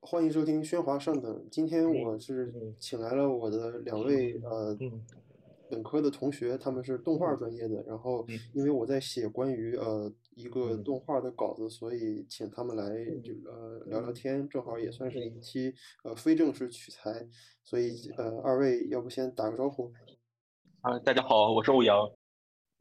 欢迎收听喧哗上等。今天嗯我是嗯请来了我的两位呃嗯本科的同学，他们是动画专业的。然后嗯因为我在写关于呃一个嗯动画的稿子，所以请他们来就呃聊嗯聊天，正好也算是一期呃非正式取材。所以嗯呃二位要不先打个招呼？啊，大家好，我是欧阳。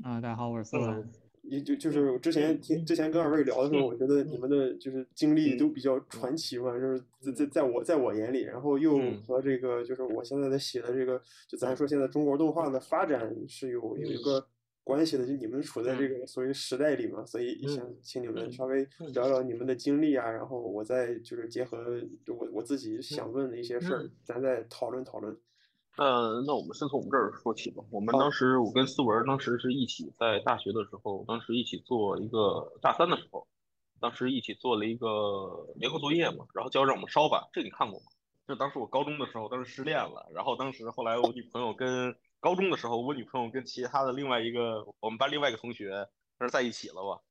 啊，大家好，我是思文。嗯也就就是之前听之前跟二位聊的时候，我觉得你们的就是经历都比较传奇嘛，就是在在在我在我眼里，然后又嗯和这个就是我现在在写的这个，就咱说现在中国动画的发展是有有一个关系的，就你们处在这个所谓时代里嘛，所以想请你们稍微聊聊你们的经历啊，然后我再就是结合就我我自己想问的一些事儿，咱再讨论讨论。嗯，那我们先从我们这儿说起吧。我们好当时，我跟思文当时是一起在大学的时候，当时一起做一个大三的时候，当时一起做了一个联合作业嘛，然后就要让我们烧吧，这你看过吗？就当时我高中的时候，当时失恋了，然后当时后来我女朋友跟高中的时候，我女朋友跟其他的另外一个我们班另外一个同学，当时在一起了吧。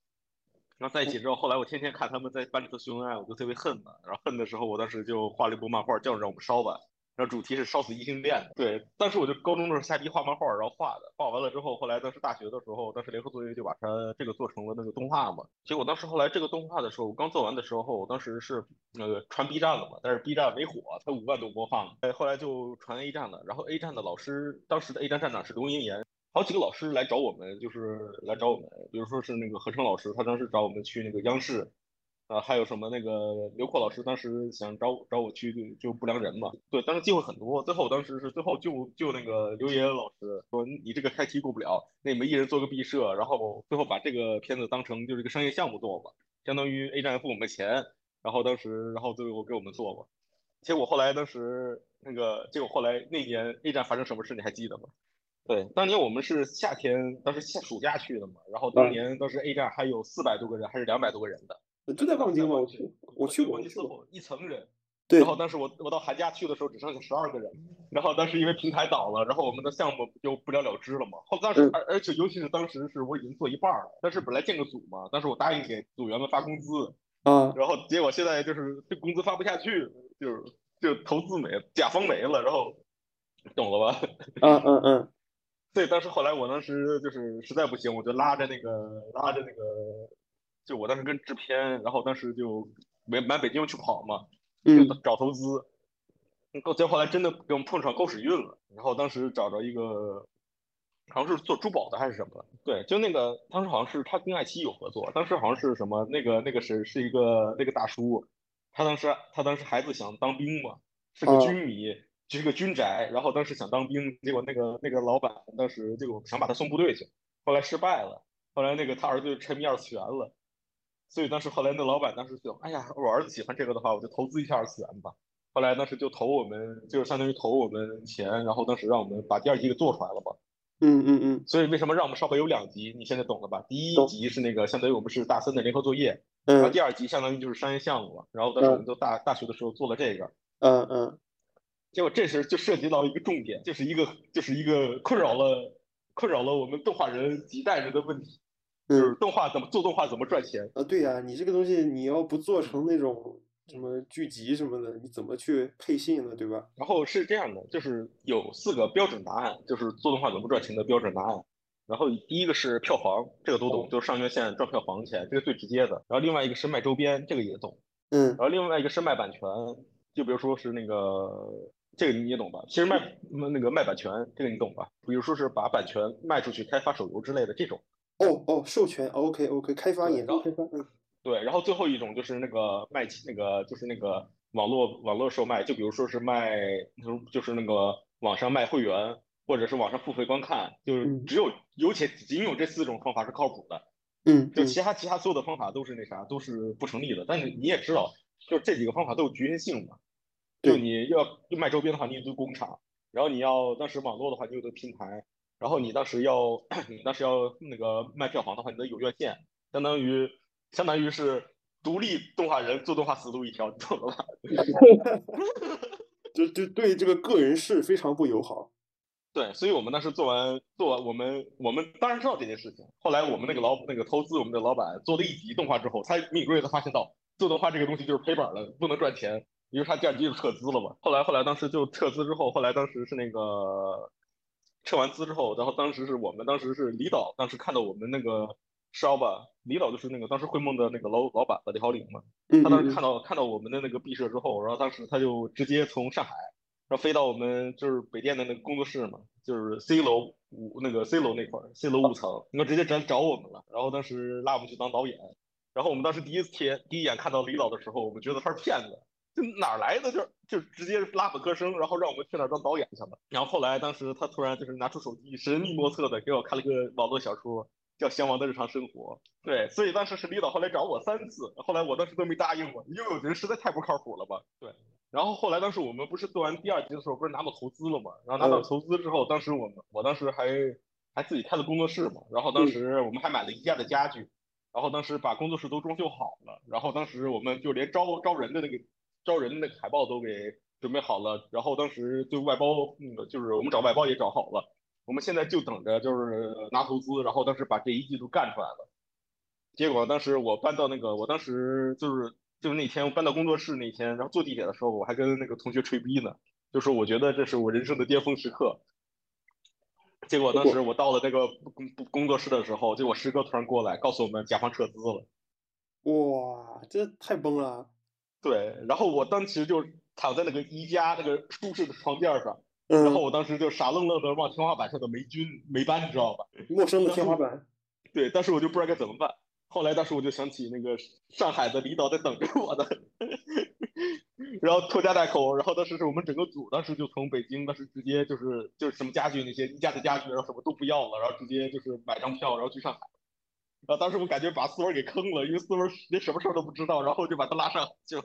然后在一起之后，后来我天天看他们在班里头秀恩爱，我就特别恨嘛。然后恨的时候，我当时就画了一部漫画，叫《让我们烧吧》。然后主题是烧死异性恋的。对，当时我就高中的时候瞎逼画漫画，然后画的，画完了之后，后来当时大学的时候，当时联合作业就把它这个做成了那个动画嘛。结果当时后来这个动画的时候，我刚做完的时候，我当时是呃传 B 站了嘛，但是 B 站没火，才五万多播放。哎，后来就传 A 站的，然后 A 站的老师，当时的 A 站站长是刘银岩。好几个老师来找我们，就是来找我们，比如说是那个何成老师，他当时找我们去那个央视啊，还有什么那个刘阔老师当时想找我找我去就就不良人嘛，对，当时机会很多，最后我当时是最后就就那个刘烨老师说你这个开题过不了，那你们一人做个毕设，然后最后把这个片子当成就是一个商业项目做吧，相当于 A 站付我们钱，然后当时然后最后给我们做吧，结果后来当时那个结果后来那年 A 站发生什么事你还记得吗？对，当年我们是夏天，当时夏暑假去的嘛，然后当年当时 A 站还有四百多个人还是两百多个人的。呃就在望京吗？我去，我去过，我一去次过。一层人。对然后当时我我到寒假去的时候只剩下十二个人，然后当时因为平台倒了，然后我们的项目就不了了之了嘛。后当时嗯而而且尤其是当时是我已经做一半了，但是本来建个组嘛，但是我答应给组员们发工资，啊，然后结果现在就是这工资发不下去，就是就投资没甲方没了，然后懂了吧？嗯嗯嗯，对，但是后来我当时就是实在不行，我就拉着那个拉着那个，就我当时跟制片，然后当时就没满北京去跑嘛，嗯就找投资，够结果后来真的给我们碰上狗屎运了。然后当时找着一个，好像是做珠宝的还是什么，对，就那个当时好像是他跟爱奇艺有合作，当时好像是什么那个那个是是一个那个大叔，他当时他当时孩子想当兵嘛，是个哦军迷。就是个军宅，然后当时想当兵，结果那个那个老板当时就想把他送部队去，后来失败了，后来那个他儿子就沉迷二次元了，所以当时后来那老板当时就，哎呀，我儿子喜欢这个的话，我就投资一下二次元吧。后来当时就投我们，就是相当于投我们钱，然后当时让我们把第二集给做出来了嘛。嗯嗯嗯所以为什么让我们稍微有两集，你现在懂了吧？第一懂集是那个相当于我们是大三的联合作业，然后嗯第二集相当于就是商业项目了。然后当时我们都大大学的时候做了这个，嗯嗯，结果这时就涉及到一个重点，就是一个就是一个困扰了困扰了我们动画人几代人的问题，就嗯是动画怎么做动画怎么赚钱。啊，对呀，你这个东西你要不做成那种什么剧集什么的，你怎么去配信呢？对吧？然后是这样的，就是有四个标准答案，就是做动画怎么赚钱的标准答案。然后第一个是票房，这个都懂，就是上院线赚票房钱，这个最直接的。然后另外一个是卖周边，这个也懂。嗯然后另外一个是卖版权，就比如说是那个，这个你也懂吧？其实卖嗯那个卖版权，这个你懂吧？比如说是把版权卖出去开发手游之类的这种。哦哦，授权，OK OK，开发对也然后开发，嗯对，然后最后一种就是那个卖那个就是那个网络网络售卖，就比如说是卖就是那个网上卖会员，或者是网上付费观看，就是嗯只有有且仅有这四种方法是靠谱的，嗯就嗯其他其他所有的方法都是那啥都是不成立的。但是你也知道，就是这几个方法都有局限性嘛，就对你要卖周边的话，你有一堆工厂，然后你要当时网络的话，你有一堆平台，然后你当时要 你当时要那个卖票房的话，你得有院线，相当于相当于是独立动画人做动画死路一条，你懂了吧？就就对这个个人是非常不友好。对，所以我们当时做完做完，我们我们当然知道这件事情。后来我们那个老那个投资我们的老板做了一集动画之后，他敏锐的发现到做动画这个东西就是赔本儿了，不能赚钱。因为他第二季就撤资了嘛。后来后来当时就撤资之后，后来当时是那个撤完资之后，然后当时是我们当时是李导，当时看到我们那个烧吧，李导就是那个当时汇梦的那个老老板李浩林嘛，嗯他当时看到看到我们的那个毕设之后，然后当时他就直接从上海，然后飞到我们就是北电的那个工作室嘛，就是 C 楼五那个 C 楼那块儿，C 楼五层，那直接找找我们了，然后当时拉我们去当导演。然后我们当时第一天第一眼看到李导的时候，我们觉得他是骗子，就哪儿来的就就直接拉本科生，然后让我们去哪儿当导演去了。然后后来当时他突然就是拿出手机，神秘莫测的给我看了个网络小说，叫《向往的日常生活》。对，所以当时是李导后来找我三次，后来我当时都没答应过，因为我觉得实在太不靠谱了吧。对。然后后来当时我们不是做完第二集的时候，不是拿到投资了嘛？然后拿到投资之后，当时我们我当时还还自己开了工作室嘛，然后当时我们还买了宜家的家具。然后当时把工作室都装修好了，然后当时我们就连招招人的那个招人的那个海报都给准备好了，然后当时对外包那个、嗯、就是我们找外包也找好了，我们现在就等着就是拿投资，然后当时把这一季度干出来了。结果当时我搬到那个，我当时就是就是那天我搬到工作室那天，然后坐地铁的时候，我还跟那个同学吹逼呢，就说我觉得这是我人生的巅峰时刻。结果当时我到了那个工工作室的时候，结果师哥突然过来告诉我们甲方撤资了。哇，这太崩了！对，然后我当时就躺在那个宜家那个舒适的床垫上，嗯然后我当时就傻愣愣的望天花板上的霉菌霉斑，你知道吧？嗯陌生的天花 板。 对，但是我就不知道该怎么办。后来当时我就想起那个上海的李导在等着我的 然后拖家带口，然后当时是我们整个组，当时就从北京，当时直接就是就是什么家具那些宜家的家具，然后什么都不要了，然后直接就是买张票，然后去上海。然后当时我感觉把思文给坑了，因为思文连什么事儿都不知道，然后就把他拉上就。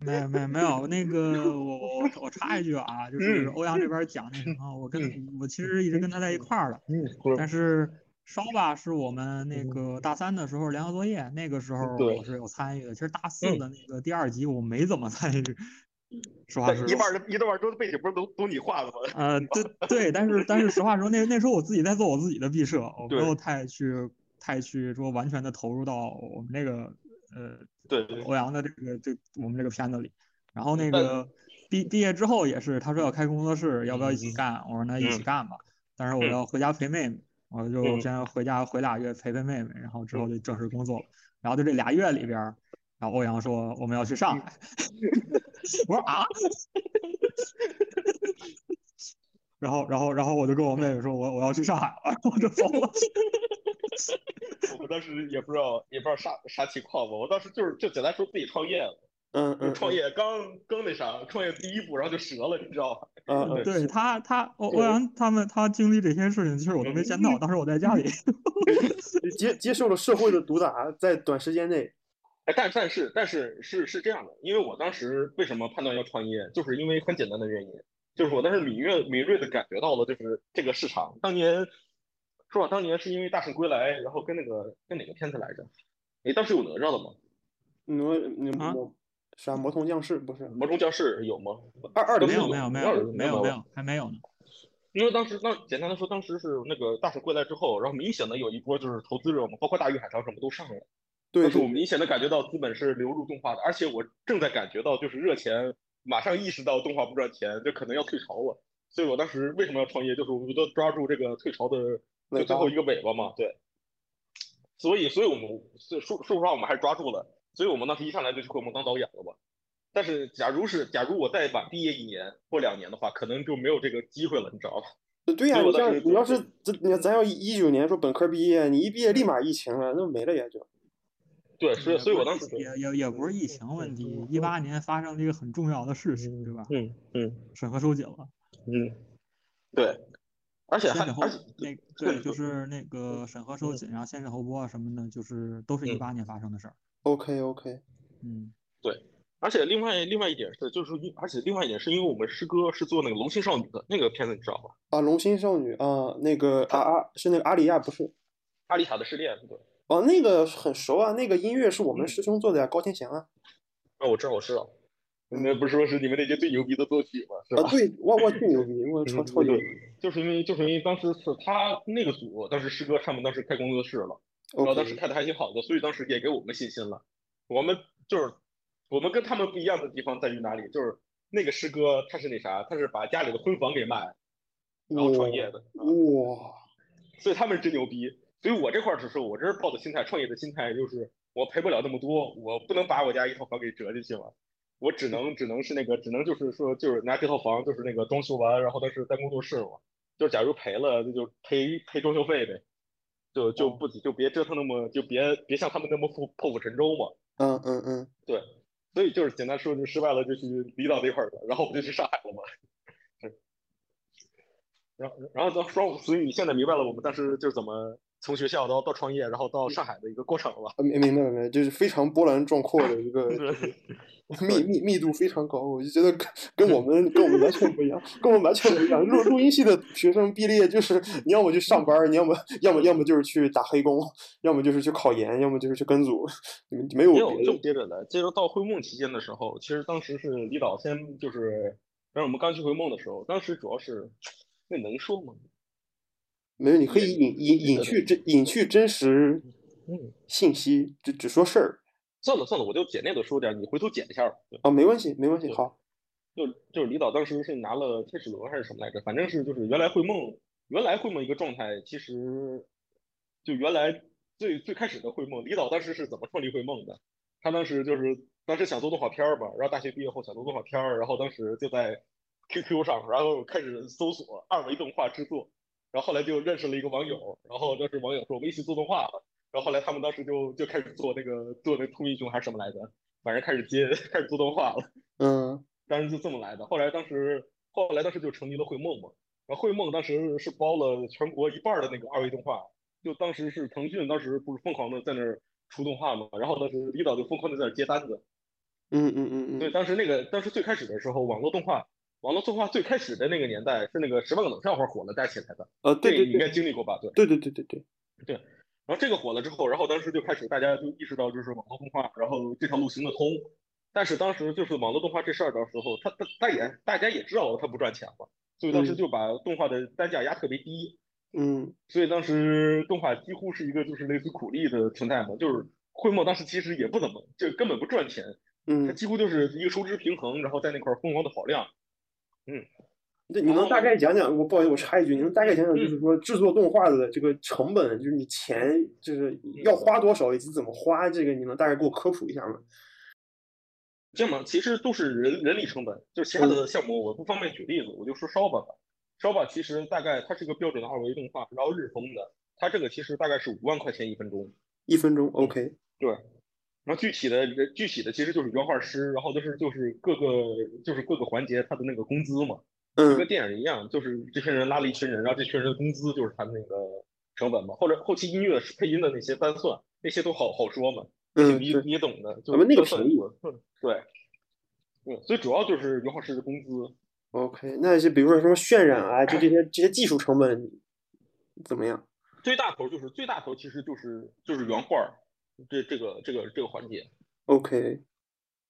没有没有没有，那个我我我插一句啊，嗯就是欧阳这边讲那什么，我跟我其实一直跟他在一块儿的，嗯但是。烧吧是我们那个大三的时候联合作业，那个时嗯候我是有参与的。其实大四的那个第二集我没怎么参与，嗯、实话实说。一半的一段桌的背景不是都都你画的吗？呃，对对，但是但是实话说，那那时候我自己在做我自己的毕设，我没有太去太去说完全的投入到我们这个呃对欧阳的这个这我们这个片子里。然后那个毕毕业之后也是，他说要开工作室，要不要一起干？我说那一起干吧，嗯、但是我要回家陪妹妹。我就先回家回俩月陪陪妹妹，然后之后就正式工作了。然后就这俩月里边，然后欧阳说我们要去上海， 我说啊，然后然后然后我就跟我妹妹说我我要去上海了， 然后我就走了。 我当时也不知道也不知道啥啥情况吧，我当时就是就简单说自己创业了。嗯嗯，创业刚刚那啥，创业第一步，然后就折了，你知道吧？嗯，对他，他欧欧阳他们他经历这些事情，其实我都没见到，当时我在家里接接受了社会的毒打，在短时间内。哎，但但是但是是是这样的，因为我当时为什么判断要创业，就是因为很简单的原因，就是我当时敏锐敏锐的感觉到了，就是这个市场当年，说吧，当年是因为《大圣归来》，然后跟那个跟哪个片子来着？哎，当时有哪吒的吗？哪哪、啊？是啊，魔童降世不是？魔童降世有吗？二二零没有没有没有没有没有还没有呢。因为当时当简单的说，当时是那个大圣归来之后，然后明显的有一波就是投资者嘛，包括大鱼海棠什么都上来了。对,对。但是我明显的感觉到资本是流入动画的，而且我正在感觉到就是热钱马上意识到动画不赚钱，这可能要退潮了。所以我当时为什么要创业，就是我觉得抓住这个退潮的就最后一个尾巴嘛，对。所以，所以我们说说实话，我们还是抓住了。所以我们当时一上来就去给我们当导演了吧，但是假如是假如我再晚毕业一年或两年的话，可能就没有这个机会了，你知道吧？对呀、啊，你要你要是咱咱要一九年说本科毕业，你一毕业立马疫情了，那没了也就。对，嗯所以所以我当时也也也不是疫情问题，一八年发生了一个很重要的事情，对吧？嗯嗯，审核收紧了。嗯，对。而且还而且那对，就是那个审核收紧，然后先审后播啊什么的，就是都是一八年发生的事儿。 OK OK，嗯，对，而且另外另外一点是，就是因而且另外一点是因为我们师哥是做那个《龙心少女》的那个片子，你知道吧？啊，《龙心少女》啊，那个啊啊，是那个阿里亚不是？阿丽塔的失恋对。哦、啊，那个很熟啊，那个音乐是我们师兄做的呀、啊，嗯、高天祥啊。啊，我知道，我知道。那不是说是你们那些最牛逼的作曲吗？是吧？ 嗯啊，对，我我最牛逼，我超超牛逼。就是因为就是因为当时是他那个组，当时师哥他们当时开工作室了，然后当时开的还挺好的，所以当时也给我们信心了。我们就是我们跟他们不一样的地方在于哪里？就是那个师哥他是那啥，他是把家里的婚房给卖了，然后创业的，哇，所以他们是真牛逼。所以我这块儿只是我这是抱的心态，创业的心态就是我赔不了那么多，我不能把我家一套房给折进去嘛，我只能只能是那个只能就是说就是拿这套房就是那个装修完，然后当时在工作室嘛，就是假如赔了那就赔赔装修费呗，就就不就别折腾那么就别别像他们那么破破釜沉舟嘛，嗯嗯嗯，对，所以就是简单说就失败了就去离岛那块儿了，然后我就去上海了嘛。 然后，然后到说，所以你现在明白了我们当时就是怎么从学校到到创业，然后到上海的一个过程了 吧？明明白明白，就是非常波澜壮阔的一个密密密度非常高，我就觉得跟跟 我们跟我们完全不一样，跟我们完全不一样。录录音系的学生毕业就是你要么就上班，你要么要么要么就是去打黑工，要么就是去考研，要么就是去跟组，没有没有别就的。接着来。接着到灰梦期间的时候，其实当时是李导先就是让我们刚去灰梦的时候，当时主要是那能说吗？没有，你可以隐隐对隐的去真隐去真实嗯，信息，只只说事儿算了算了，我就简略的说点，你回头剪一下吧。对啊，没关系没关系，对好，就就是李导当时是拿了天使轮还是什么来着？反正是就是原来会梦，原来会梦一个状态，其实就原来最最开始的会梦，李导当时是怎么创立会梦的？他当时就是当时想做动画片儿嘛，然后大学毕业后想做动画片儿，然后当时就在 QQ 上，然后开始搜索二维动画制作，然后后来就认识了一个网友，然后当时网友说我们一起做动画吧，然后后来他们当时就就开始做那个做那个兔英雄还是什么来着，反正开始接 开始做动画了。嗯当时就这么来的。后来当时后来当时就成立了绘梦嘛，然后绘梦当时是包了全国一半儿的那个二维动画，就当时是腾讯当时不是疯狂的在那儿出动画嘛，然后当时李导就疯狂的在那儿接单子，嗯嗯嗯所以嗯，当时那个当时最开始的时候，网络动画。网络动画最开始的那个年代是那个十万个冷笑话火了带起来的，呃这对个对你应对该经历过吧？对，对对对对对，然后这个火了之后，然后当时就开始大家就意识到就是网络动画，然后这条路行得通。但是当时就是网络动画这事儿的时候，它它它也大家也知道它不赚钱嘛，所以当时嗯就把动画的单价压特别低，嗯所以当时动画几乎是一个就是类似苦力的存在嘛，就是灰梦当时其实也不怎么就根本不赚钱，它嗯，几乎就是一个收支平衡，然后在那块儿疯狂的跑量。那你能大概讲讲？我不好意思，我插一句，你能大概嗯讲讲，就是说制作动画的这个成本，就是你钱就是要花多少，以及怎么花，这个你能大概给我科普一下吗？这么其实都是人人力成本，就是其他嗯的项目我不方便举例子，我就说烧吧吧。烧吧其实大概它是一个标准的二维动画，然后日封的，它这个其实大概是五万块钱一分钟。一分钟，OK，然后具体的具体的其实就是原画师，然后就是就是各个就是各个环节他的那个工资嘛，就嗯跟电影一样，就是这群人拉了一群人，然后这群人的工资就是他们那个成本嘛，或者后期音乐配音的那些单算，那些都好好说嘛。嗯，你对你懂的，就咱们那个算便宜过嗯对，嗯，所以主要就是原画师的工资， ，OK，那就比如说什么渲染啊，就这些这些技术成本怎么样？最大头就是最大头，其实就是就是原画儿这这个这个这个环节， OK，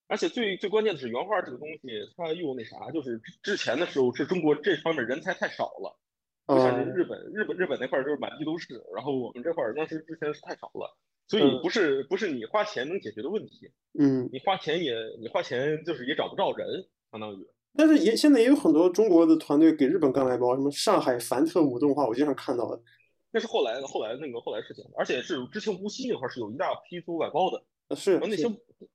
而且最最关键的是原画儿这个东西，它又那啥，就是之之前的时候是中国这方面人才太少了，啊就，像是日本日本日本那块儿就是满地都是，然后我们这块儿当时之前是太少了，所以嗯不是不是你花钱能解决的问题，嗯，你花钱也你花钱就是也找不着人，相当于。但是也现在也有很多中国的团队给日本干外包，什么上海凡特姆动画，我经常看到的。那是后来的，后来那个后来事情，而且是之前无锡那块儿是有一大批做外包的，呃是然哦后那是些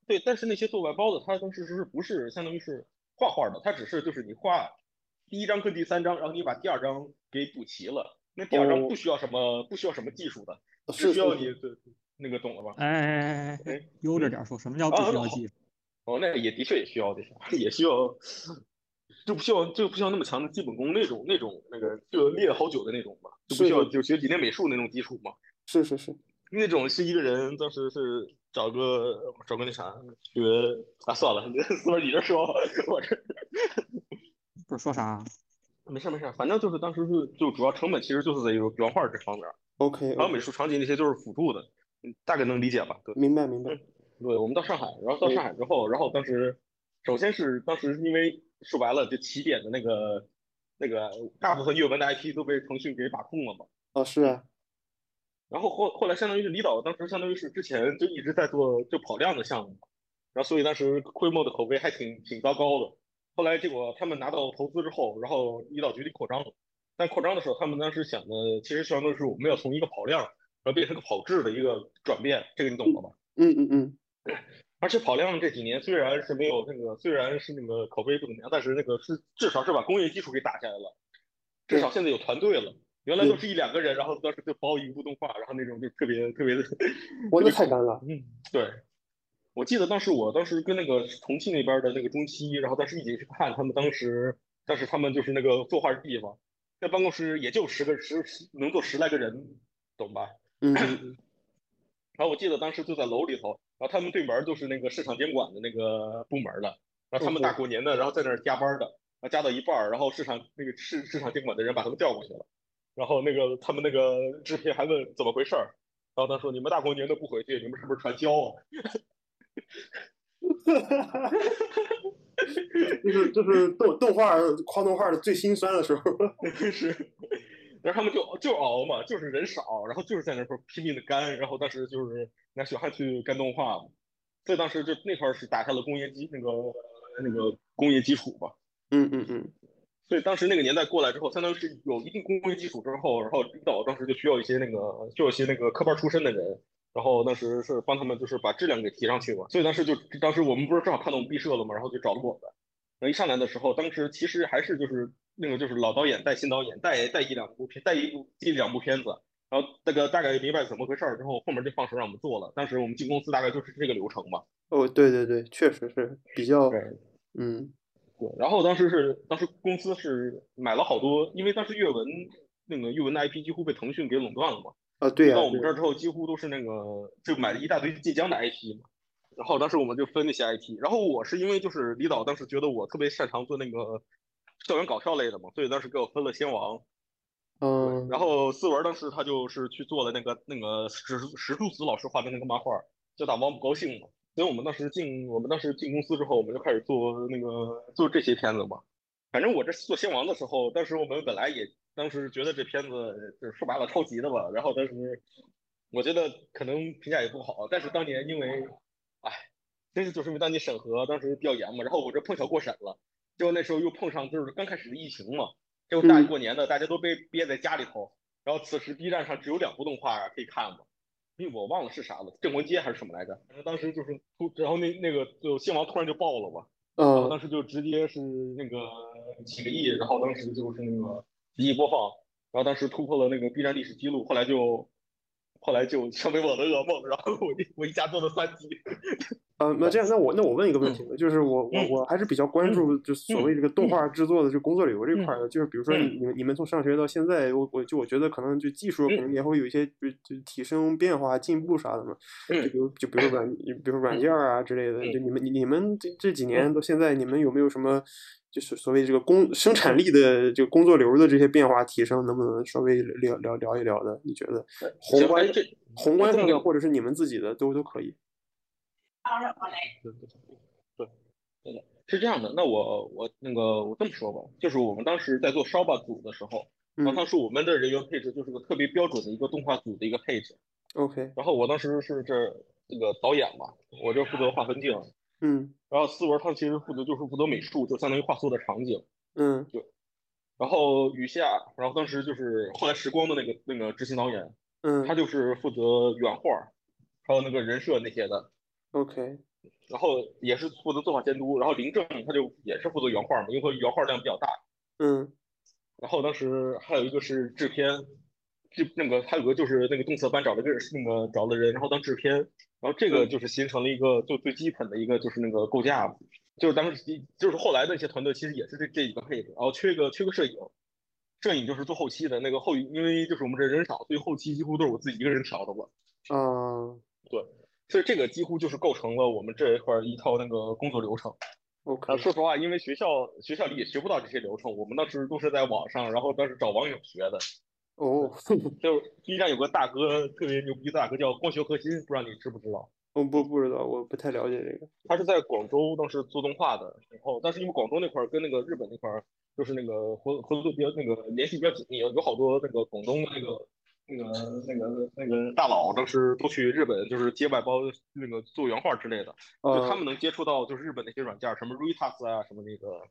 对，但是那些做外包的，他当时是不是相当于是画画的？他只是就是你画第一章跟第三章，然后你把第二章给补齐了，那第二章哦不需要什么不需要什么技术的，只呃是需要是你对那个懂了吧？哎哎哎哎哎，悠着点说，什么叫不需要技术？哦，那也的确也需要这啥， 也需要，就不需要就不需要那么强的基本功那种那种那个就练好久的那种嘛，就不是需要的就学几年美术那种基础嘛。是是是，那种是一个人，当时是找个找个那啥学啊，算了， 四文你这说，我这不是说啥？啊没事没事，反正就是当时是就主要成本其实就是在原原画这方面， OK，哦然后美术场景那些就是辅助的，嗯大概能理解吧？对明白明白，嗯对，我们到上海，然后到上海之后，然后当时首先是当时因为说白了，就起点的那个那个大部分阅文的 IP 都被腾讯给把控了嘛。啊是啊，然后后后来相当于是李导当时相当于是之前就一直在做就跑量的项目，然后所以当时亏梦的口碑还挺挺糟糕的。后来结果他们拿到投资之后，然后医疗决定扩张了。但扩张的时候，他们当时想的其实相当于是我们要从一个跑量，然后变成个跑质的一个转变，这个你懂了吧？嗯嗯嗯。而且跑量这几年虽然是没有那个，虽然是那个口碑不怎么样，但是那个是至少是把工业基础给打下来了，至少现在有团队了。原来都是一两个人，然后当时就包一部动画，然后那种就特别特别的，我那太干了。嗯，对。我记得当时我当时跟那个重庆那边的那个中期，然后当时一起去看他们当时，当时他们就是那个作画的地方，那办公室也就十个十能坐十来个人，懂吧？嗯。 然后我记得当时就在楼里头，然后他们对门就是那个市场监管的那个部门的，然后他们大过年的，然后在那儿加班的，然后加到一半，然后市场那个市市场监管的人把他们调过去了。然后那个他们那个制片还问怎么回事儿，然后他说：“你们大过年的不回去，你们是不是传销啊？”这是这是动动画跨动画的最心酸的时候。是，然后他们就就熬嘛，就是人少，然后就是在那块拼命的干，然后当时就是拿小汉去干动画嘛，所以当时就那块是打下了工业基那个那个工业基础吧。嗯嗯嗯。所以当时那个年代过来之后，相当于是有一定工业基础之后，然后领导当时就需要一些那个，需要一些那个科班出身的人，然后当时是帮他们就是把质量给提上去嘛。所以当时就，当时我们不是正好看到我们毕设了嘛，然后就找了我们。然后一上来的时候，当时其实还是就是那个就是老导演带新导演带带一两部片，带一部一两部片子，然后那个大概明白怎么回事儿之后，后面就放手让我们做了。当时我们进公司大概就是这个流程吧。哦，对对对，确实是比较，嗯。对，然后当时是，当时公司是买了好多，因为当时阅文那个阅文的 IP 几乎被腾讯给垄断了嘛。啊，对啊。到我们这儿之后，几乎都是那个就买了一大堆晋江的 IP 嘛。然后当时我们就分那些 IP，然后我是因为就是李导当时觉得我特别擅长做那个校园搞笑类的嘛，所以当时给我分了仙王。嗯。然后思文当时他就是去做了那个那个石石柱子老师画的那个漫画，叫《打王不高兴》嘛。所以我们当时进，我们当时进公司之后，我们就开始做那个做这些片子嘛。反正我这做《仙王》的时候，当时我们本来也当时觉得这片子就是说白了抄袭的吧。然后当时我觉得可能评价也不好，但是当年因为，哎，真是就是因为当年审核当时比较严嘛。然后我这碰巧过审了，结果那时候又碰上就是刚开始的疫情嘛，结果大过年的大家都被憋在家里头。然后此时 B 站上只有两部动画可以看嘛。我忘了是啥了，镇魂街还是什么来着？反正当时就是突，然后那那个就新王突然就爆了吧，嗯、然后当时就直接是那个几个亿，然后当时就是那个几亿播放，然后当时突破了那个 B 站历史记录，后来就后来就成为我的噩梦，然后我我一家做了三集。啊，那这样，那我那我问一个问题，就是我我我还是比较关注，就所谓这个动画制作的这工作流这块的，就是比如说你们你们从上学到现在，我我就我觉得可能就技术可能也会有一些就就提升、变化、啊进步啥的嘛。就比如就比如软，比如软件啊之类的，就你们你你们这这几年到现在，你们有没有什么就是所谓这个工生产力的这个工作流的这些变化提升，能不能稍微聊聊聊一聊的？你觉得宏观宏观上的，或者是你们自己的都都可以。对对对对的，是这样的。那我我那个我这么说吧，就是我们当时在做烧吧组的时候，嗯然后当时我们的人员配置就是个特别标准的一个动画组的一个配置。 OK。然后我当时是这这个导演嘛，我就负责画分镜。嗯。然后思文他其实负责就是负责美术，就相当于画所有的场景。嗯。对。然后雨下，然后当时就是后来时光的那个那个执行导演，嗯，他就是负责原画，还有那个人设那些的。 OK，然后也是负责做法监督，然后林正他就也是负责原画嘛，因为原画量比较大。嗯。然后当时还有一个是制片，制那个还有个就是那个动色班找了个那个找了人，然后当制片，然后这个就是形成了一个就最基本的一个就是那个构架，就是当时就是后来的一些团队其实也是这这几个配置，然后缺一个缺个摄影，摄影就是做后期的那个后，因为就是我们这人少，所以后期几乎都是我自己一个人调的吧。啊，对。所以这个几乎就是构成了我们这一块一套那个工作流程。 OK，呃说实话，因为学校学校里也学不到这些流程，我们当时都是在网上，然后当时找网友学的。哦，就 B 站有个大哥特别牛逼的大哥叫光学核心，不知道你知不知道？我不不知道，我不太了解这个。他是在广州当时做动画的，然后但是因为广州那块儿跟那个日本那块儿就是那个合合作比较那个联系比较紧密，有好多那个广东的那个那个那个那个大佬当时都去日本，就是接外包那个做原画之类的，哦就他们能接触到就是日本那些软件，什么 Retas 啊，什么那个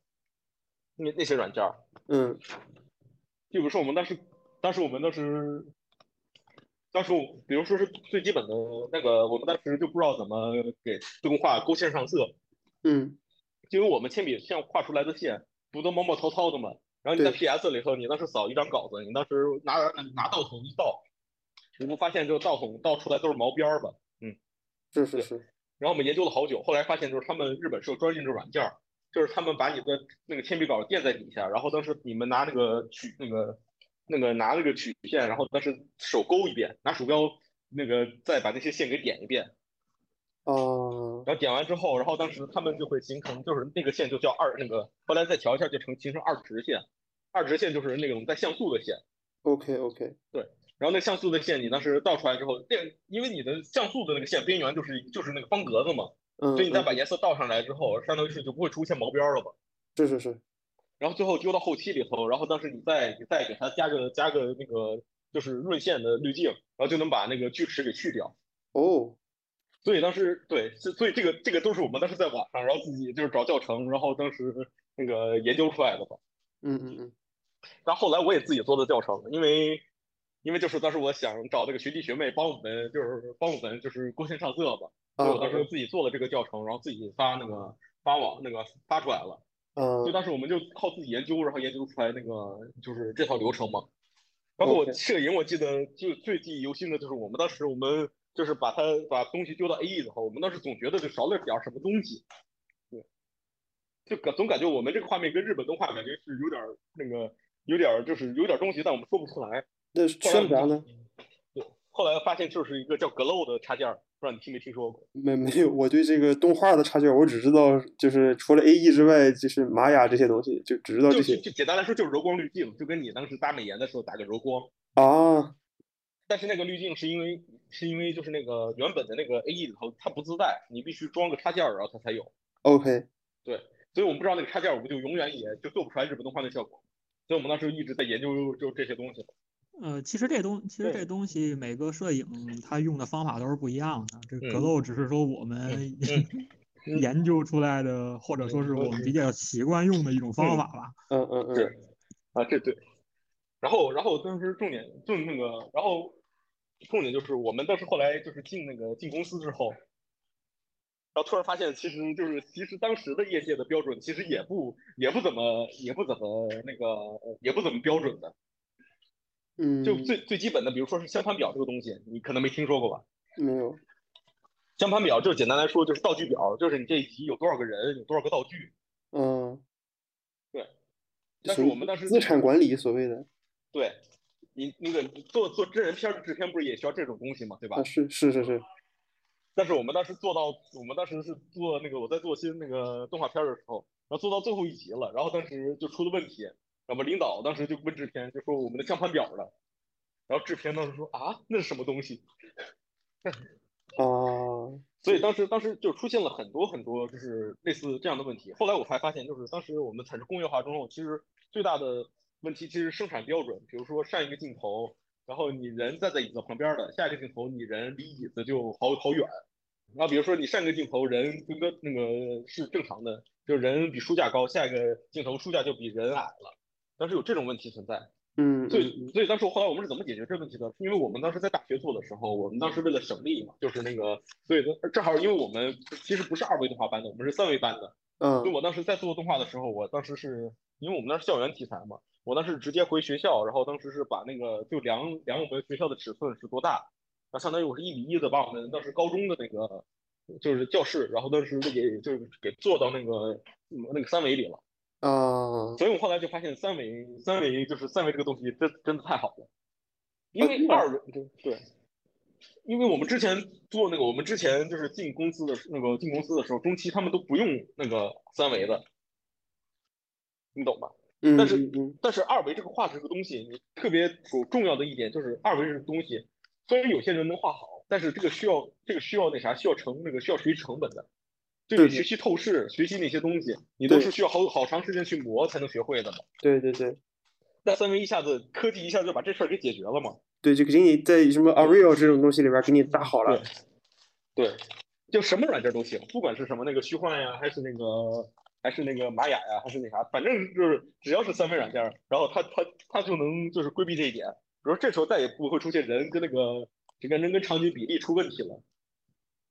那那些软件。嗯，比如说我们当时，当时我们当时，当时我比如说是最基本的那个，我们当时就不知道怎么给动画勾线上色，嗯，因为我们铅笔线画出来的线不都毛毛糙糙的嘛。然后你在 PS 里头，你当时扫一张稿子，你当时拿拿倒桶一倒，你不发现就倒桶倒出来都是毛边儿吧？嗯，是是是。然后我们研究了好久，后来发现就是他们日本是有专用的软件儿，就是他们把你的那个铅笔稿垫在底下，然后当时你们拿那个曲那个那个拿那个曲线，然后当时手勾一遍，拿鼠标那个再把那些线给点一遍。哦，然后点完之后，然后当时他们就会形成，就是那个线就叫二那个，后来再调一下就成形成二直线，二直线就是那种带像素的线。 OK OK，对，然后那像素的线你当时倒出来之后，那因为你的像素的那个线边缘就是就是那个方格子嘛，嗯，所以你再把颜色倒上来之后，相当于是就不会出现毛边了嘛。是是是。然后最后丢到后期里头，然后当时你再你再给它加个加个那个就是润线的滤镜，然后就能把那个锯齿给去掉。哦。所以当时对，所以这个这个都是我们当时在网上，然后自己就是找教程，然后当时那个研究出来的吧。嗯嗯嗯。但后来我也自己做的教程，因为因为就是当时我想找那个学弟学妹帮我们，就是帮我们就是勾线上色吧。嗯啊所以我当时自己做了这个教程，然后自己发那个发网那个发出来了。嗯。所以当时我们就靠自己研究，然后研究出来那个就是这套流程嘛。包嗯括我摄影，我记得就最记忆犹新的就是我们当时我们。就是把它把东西丢到 A E 以后，我们当时总觉得就少了点什么东西，对，就感总感觉我们这个画面跟日本动画感觉是有点那个，有点就是有点东西，但我们说不出来。那缺啥呢？对，后来发现就是一个叫 Glow 的插件，不知道你听没听说过？没没有，我对这个动画的插件，我只知道就是除了 A E 之外，就是玛雅这些东西，就只知道这些。就简单来说就是柔光滤镜，就跟你当时搭美颜的时候打个柔光。啊。但是那个滤镜是因为是因为就是那个原本的那个 A E 里头它不自带，你必须装个插件儿，然后它才有。 OK，对，所以我们不知道那个插件，我们就永远也就做不出来日本动画的效果。所以我们当时一直在研究就这些东西。呃，其实这东其实这东西每个摄影它用的方法都是不一样的，这 Glow 只是说我们研究出来的，或者说是我们比较习惯用的一种方法吧。嗯嗯嗯，是啊，这对。然后然后当时重点就那个，然后。重点就是我们当时后来就是进那个进公司之后，然后突然发现，其实就是其实当时的业界的标准其实也不也不怎么也不怎么那个也不怎么标准的，嗯，就最最基本的，比如说是相盘表这个东西，你可能没听说过吧？没有。相盘表就是简单来说就是道具表，就是你这一集有多少个人，有多少个道具。嗯，对。但是我们当时资产管理所谓的。对。你那个做做真人片的制片不是也需要这种东西嘛，对吧？啊，是是是是。但是我们当时做到，我们当时是做那个我在做新那个动画片的时候，然后做到最后一集了，然后当时就出了问题，然后领导当时就问制片，就说我们的相盘表了，然后制片当时说啊，那是什么东西？哦啊。所以当时当时就出现了很多很多就是类似这样的问题。后来我才发现，就是当时我们产生工业化之后，其实最大的。问题其实生产标准，比如说上一个镜头，然后你人站在椅子旁边的，下一个镜头你人离椅子就好好远。然后比如说你上一个镜头人跟个那个是正常的，就人比书架高，下一个镜头书架就比人矮了。当时有这种问题存在。嗯，所以所以当时后来我们是怎么解决这个问题的？因为我们当时在大学做的时候，我们当时为了省力嘛，就是那个，所以正好因为我们其实不是二维动画班的，我们是三维班的。嗯，所以我当时在做动画的时候，我当时是因为我们那是校园题材嘛。我当时直接回学校，然后当时是把那个就量量我们学校的尺寸是多大，那相当于我是一比一的把我们当时高中的那个就是教室，然后当时就给就给做到那个嗯那个三维里了。啊，所以我后来就发现三维三维就是三维这个东西真真的太好了，因呃为二维对对，因为我们之前做那个我们之前就是进公司的那个进公司的时候，中期他们都不用那个三维的，你懂吧？嗯，但是嗯但是二维这个画这个东西，你特别主重要的一点就是二维这个东西，虽然有些人能画好，但是这个需要这个需要那啥，需要成那个需要学习成本的，就对是学习透视、学习那些东西，你都是需要好好长时间去磨才能学会的嘛。对对对。戴森维一下子科技一下就把这事儿给解决了嘛。对，就给你在什么 Unreal 这种东西里边给你搭好了。对，对就什么软件都行，不管是什么那个虚幻呀，还是那个还是那个玛雅呀，还是那啥，反正就是只要是三维软件，然后它它它就能就是规避这一点。比如这时候再也不会出现人跟那个这个人跟场景比例出问题了。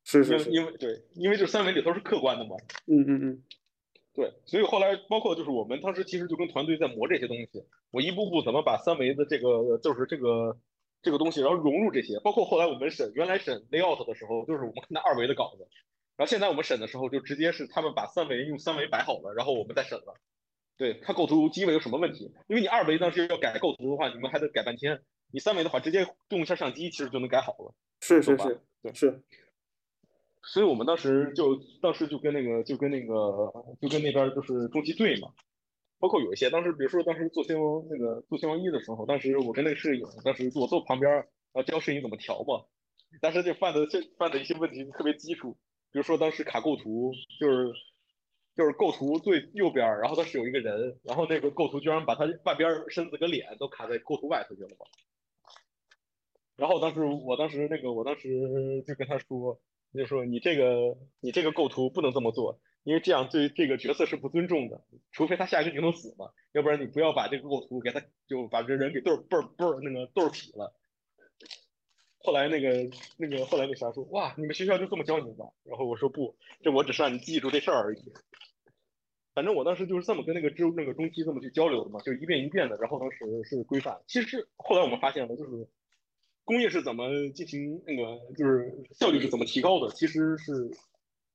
是是是，因为对，因为就是三维里头是客观的嘛。嗯嗯嗯。对，所以后来包括就是我们当时其实就跟团队在磨这些东西，我一步步怎么把三维的这个就是这个这个东西，然后融入这些，包括后来我们审原来审 layout 的时候，就是我们看那二维的稿子，然后现在我们审的时候就直接是他们把三维用三维摆好了，然后我们再审了。对，看构图机位有什么问题？因为你二维当时要改构图的话，你们还得改半天，你三维的话直接动一下相机，其实就能改好了。是是是，对是。所以我们当时就当时就跟那个就跟那个就跟那边就是中期队嘛，包括有一些当时比如说当时做新闻那个做新闻一的时候，当时我跟那个摄影，当时我坐旁边，然后教摄影怎么调嘛，当时就犯的这犯的一些问题特别基础，比如说当时卡构图，就是就是构图最右边，然后它是有一个人，然后那个构图居然把他半边身子跟脸都卡在构图外头去了嘛，然后当时我当时那个我当时就跟他说。就说你这个你这个构图不能这么做，因为这样对这个角色是不尊重的。除非他下一个镜头死嘛，要不然你不要把这个构图给他就把这人给对儿倍儿倍儿那个对儿劈了。后来那个那个后来那啥说哇，你们学校就这么教你们吧？然后我说不，这我只是让你记住这事儿而已。反正我当时就是这么跟那个之那个中期这么去交流的嘛，就一遍一遍的。然后当时是规范，其实后来我们发现了就是。工业是怎么进行那个，就是效率是怎么提高的？其实是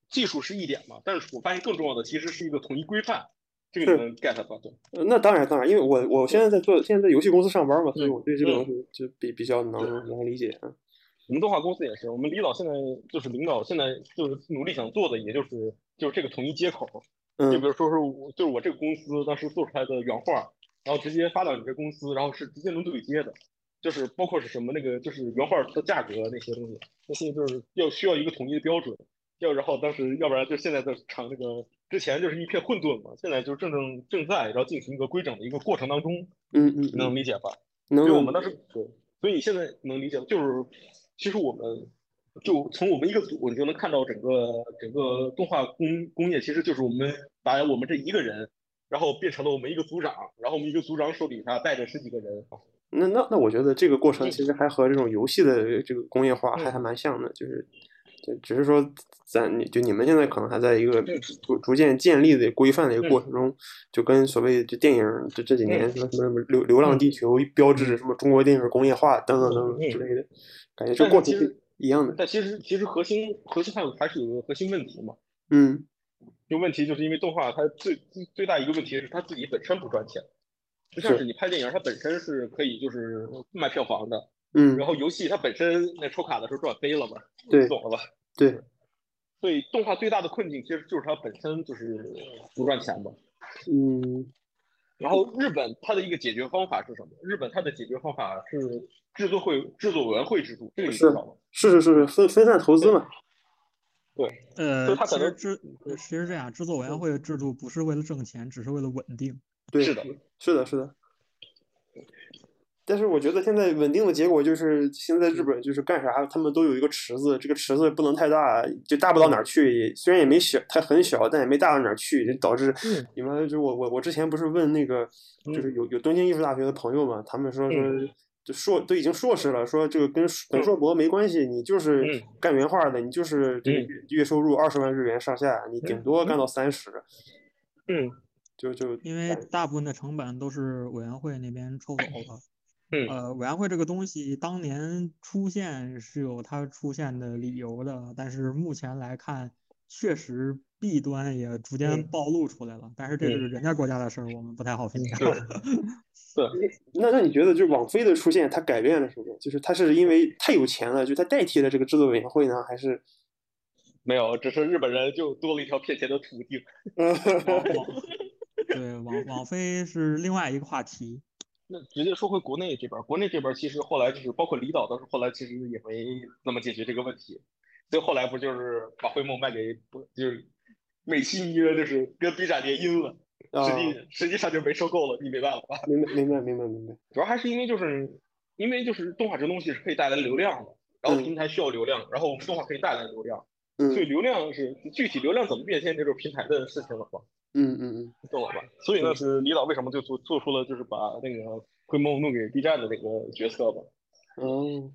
技术是一点嘛，但是我发现更重要的其实是一个统一规范，这个你能 get 到对？呃那当然当然，因为我我现在在做，现在在游戏公司上班嘛，嗯所以我对这个东西就比比较能能理解。啊我们动画公司也是，我们李导现在就是领导现在就是努力想做的，也就是就是这个统一接口，嗯、就比如说是我就是我这个公司当时做出来的原画，然后直接发到你这公司，然后是直接能对接的。就是包括是什么那个，就是原画的价格那些东西，那些就是要需要一个统一的标准，要然后当时要不然就现在的厂那个之前就是一片混沌嘛，现在就正正正在然后进行一个规整的一个过程当中，嗯嗯，能理解吧？能。就我们当时对，所以现在能理解，就是其实我们就从我们一个组你就能看到整个整个动画工工业，其实就是我们把我们这一个人，然后变成了我们一个组长，然后我们一个组长手底下带着十几个人。那那那我觉得这个过程其实还和这种游戏的这个工业化还嗯还蛮像的，就是，就只是说咱就你们现在可能还在一个逐逐渐建立的规范的一嗯个过程中，就跟所谓就电影这这几年什么什么流流嗯浪地球标志什么中国电影工业化等等等等之类的，感觉这过程是一样的。但其实其实核心核心还有还是有个核心问题嘛，嗯，就问题就是因为动画它最最最大一个问题是它自己本身不赚钱。就像是你拍电影，它本身是可以就是卖票房的，嗯，然后游戏它本身那抽卡的时候赚飞了嘛，对，懂了吧？对，所以动画最大的困境其实就是它本身就是不赚钱嘛，嗯。然后日本它的一个解决方法是什么？日本它的解决方法是制作会制作委员会制度，这个你知道吗？是是是是分分散投资嘛。对，呃，它其可实能嗯制其实这样，制作委员会制度不是为了挣钱，只是为了稳定。对，是的，是的，是的。但是我觉得现在稳定的结果就是，现在日本就是干啥，他们都有一个池子，这个池子不能太大，就大不到哪儿去。虽然也没小，它很小，但也没大到哪儿去，就导致你们就我我我之前不是问那个，就是有有东京艺术大学的朋友嘛，他们说是就硕都已经硕士了，说这个跟本硕博没关系，你就是干原画的，你就是这个月收入二十万日元上下，你顶多干到三十，嗯，就就因为大部分的成本都是委员会那边抽走了。 嗯、呃，委员会这个东西当年出现是有它出现的理由的，但是目前来看，确实弊端也逐嗯渐暴露出来了。但是这是人家国家的事儿，我们不太好啊评价。对，那那你觉得，就网飞的出现，它改变了什么？就是它是因为太有钱了，就它代替了这个制作委员会呢，还 是？没有，只是日本人就多了一条骗钱的途径。 对，网网飞是另外一个话题。那直接说回国内这边，国内这边其实后来就是包括李导，当时后来其实也没怎么解决这个问题，所以后来不就是把灰梦卖给不就是美其名曰就是跟 B 站联姻了，啊实际实际上就没收购了，你没办法。明白明白明白明白，主要还是因为就是因为就是动画这东西是可以带来流量的，然后平台需要流量，然后我们动画可以带来流量，所以嗯流量是具体流量怎么变现，这就是平台的事情了嘛，嗯嗯你懂了吧？所以呢，是李导为什么就做做出了就是把那个灰梦弄给 B 站的那个决策吧？嗯，哦，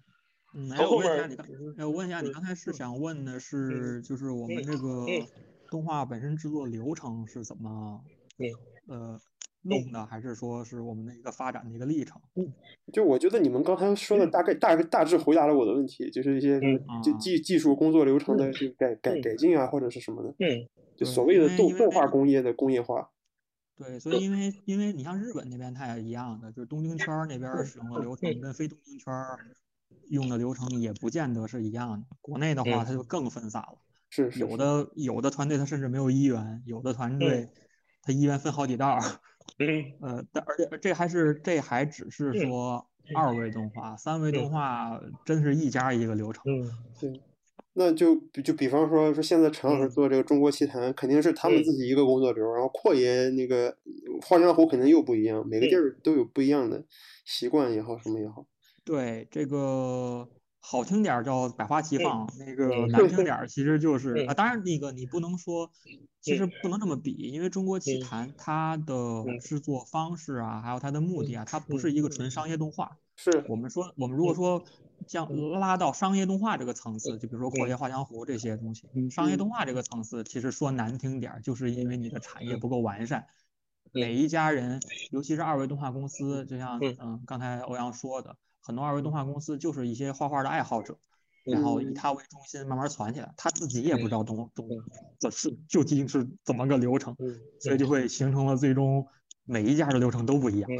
嗯，哎，从我后问面一儿下你刚，哎，我问一下你刚才嗯是想问的是，就是我们这个嗯动画本身制作流程是怎么嗯，呃，弄的，还是说是我们的一个发展的一个历程？就我觉得你们刚才说的嗯大概大大致回答了我的问题，就是一些嗯就啊技技术工作流程的就改改嗯改进啊，或者是什么的，嗯就对所谓的因为动因为动那画个工业的工业化。对，所以因为因为你像日本那边，它也一样的，就是东京圈儿那边儿使用的流程跟非东京圈儿用的流程也不见得是一样的。国内的话，嗯它就更分散了，是是有是的有的团队它甚至没有一元，有的团队它一元分好几道儿。嗯呃，但而且这还是这还只是嗯说二维动画，三维嗯动画真是一家一个流程。嗯那就比就比方说说现在陈老师嗯做这个中国奇谭，肯定是他们嗯自己一个工作流，然后阔爷那个画江湖肯定又不一样，每个地嗯儿都有不一样的习惯也好，什么也好。对，这个好听点儿叫百花齐嗯放，那个嗯难听点儿其实就是啊，嗯当然那个你不能说，其实不能这么比，因为中国嗯奇谭它的嗯制作方式啊，还有它的目的啊，它不是一个纯商业动画。是，我们说，我嗯们如果说像拉到商业动画这个层次，就比如说《阔嗯爷画江湖》这些东西，嗯商业嗯动画这个层次，其实说难听点儿，就是因为你的产业不够完善，嗯每一家人，尤其是二维动画公司，就像嗯嗯刚才欧阳说的，很多二维动画公司就是一些画画的爱好者。然后以嗯他为中心慢慢传起来，他自己也不知道东东嗯这是究竟是怎么个流程，嗯，所以就会形成了最终每一家的流程都不一样。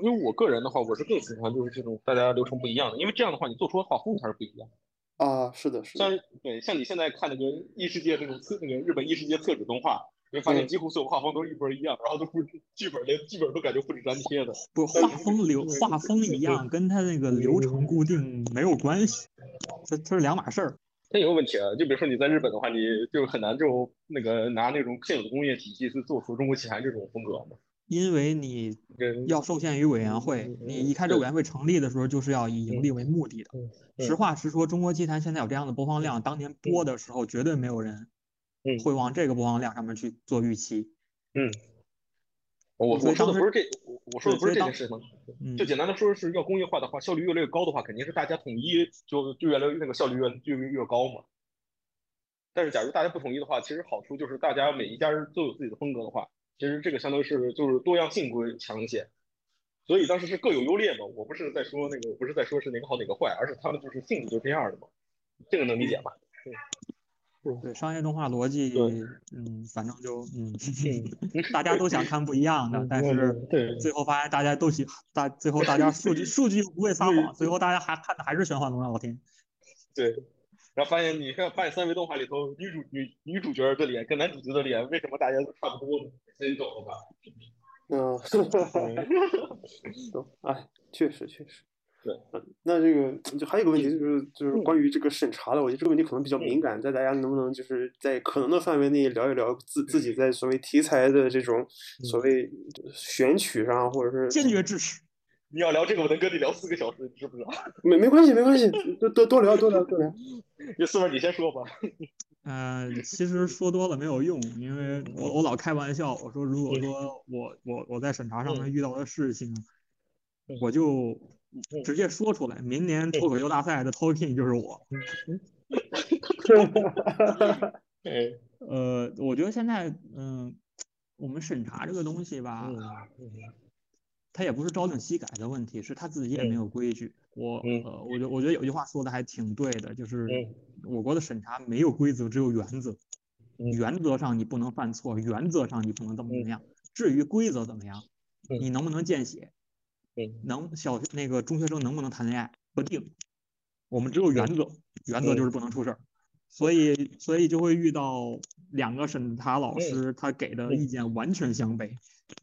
因为我个人的话，我是更喜欢就是这种大家流程不一样的，因为这样的话你做出的画风才是不一样。啊，是的，是的，像对，像你现在看那个异世界那种侧那个日本异世界厕纸动画，你会发现嗯几乎所有画风都一模一样，然后都复制剧本连剧本都感觉复制粘贴 的。不，画风流画风一样，跟他那个流程固定没有关系，这这是两码事儿。但有个问题啊，就比如说你在日本的话，你就很难就那个拿那种现有的工业体系去做出中国奇谭这种风格嘛。因为你跟要受限于委员会，你一开始委员会成立的时候就是要以盈利为目的的嗯。实话实说，中国奇谭现在有这样的播放量，当年播的时候绝对没有人嗯会往这个播放量上面去做预期。我所我以说的当时不是这，我我说的不是对所以这件当事情。嗯就，简单的说，是要工业化的话，效率越来越高的话，肯定是大家统一就就越来越那个效率越越越高嘛。但是假如大家不统一的话，其实好处就是大家每一家人都有自己的风格的话，其实这个相当于是就是多样性会强一些。所以当时是各有优劣嘛，我不是在说那个，我不是在说是哪个好哪个坏，而是他们就是性质就这样的嘛，这个能理解吧？对商业动画逻辑对，嗯，反正就嗯，大家都想看不一样的，嗯但是嗯对最后发现大家都喜大，最后大家数据数据又不会撒谎，最后大家还看的还是《玄幻龙耀天》。对，然后发现你看发现三维动画里头女主女女主角的脸跟男主角的脸为什么大家都差不多呢？ 这你懂了吧？嗯，懂 哎，确实确实，对嗯，那这个就还有一个问题就是就是嗯关于这个审查的，我觉得这个问题可能比较敏感，在大家能不能就是在可能的范围内聊一聊自嗯自己在所谓题材的这种所谓选取上，或者是坚决支持。你要聊这个，我能跟你聊四个小时，你知不知道？没没关系，没关系，多多多聊多聊多聊。这四位你先说吧。呃，其实说多了没有用，因为我我老开玩笑，我说如果说我我我在审查上面遇到的事情，我就直接说出来，明年脱口秀大赛的 talking 就是我。 哎，呃，我觉得现在嗯、我们审查这个东西吧，嗯它也不是朝令夕改的问题，是他自己也没有规矩。我嗯呃，我觉我觉得有句话说的还挺对的，就是嗯我国的审查没有规则，只有原则。嗯原则上你不能犯错，原则上你不能怎么怎么样。至于规则怎么样，嗯你能不能见血嗯，能小那个中学生能不能谈恋爱不定。我们只有原则，原则嗯就是不能出事儿。所以，所以就会遇到两个审查老师，他给的意见完全相悖，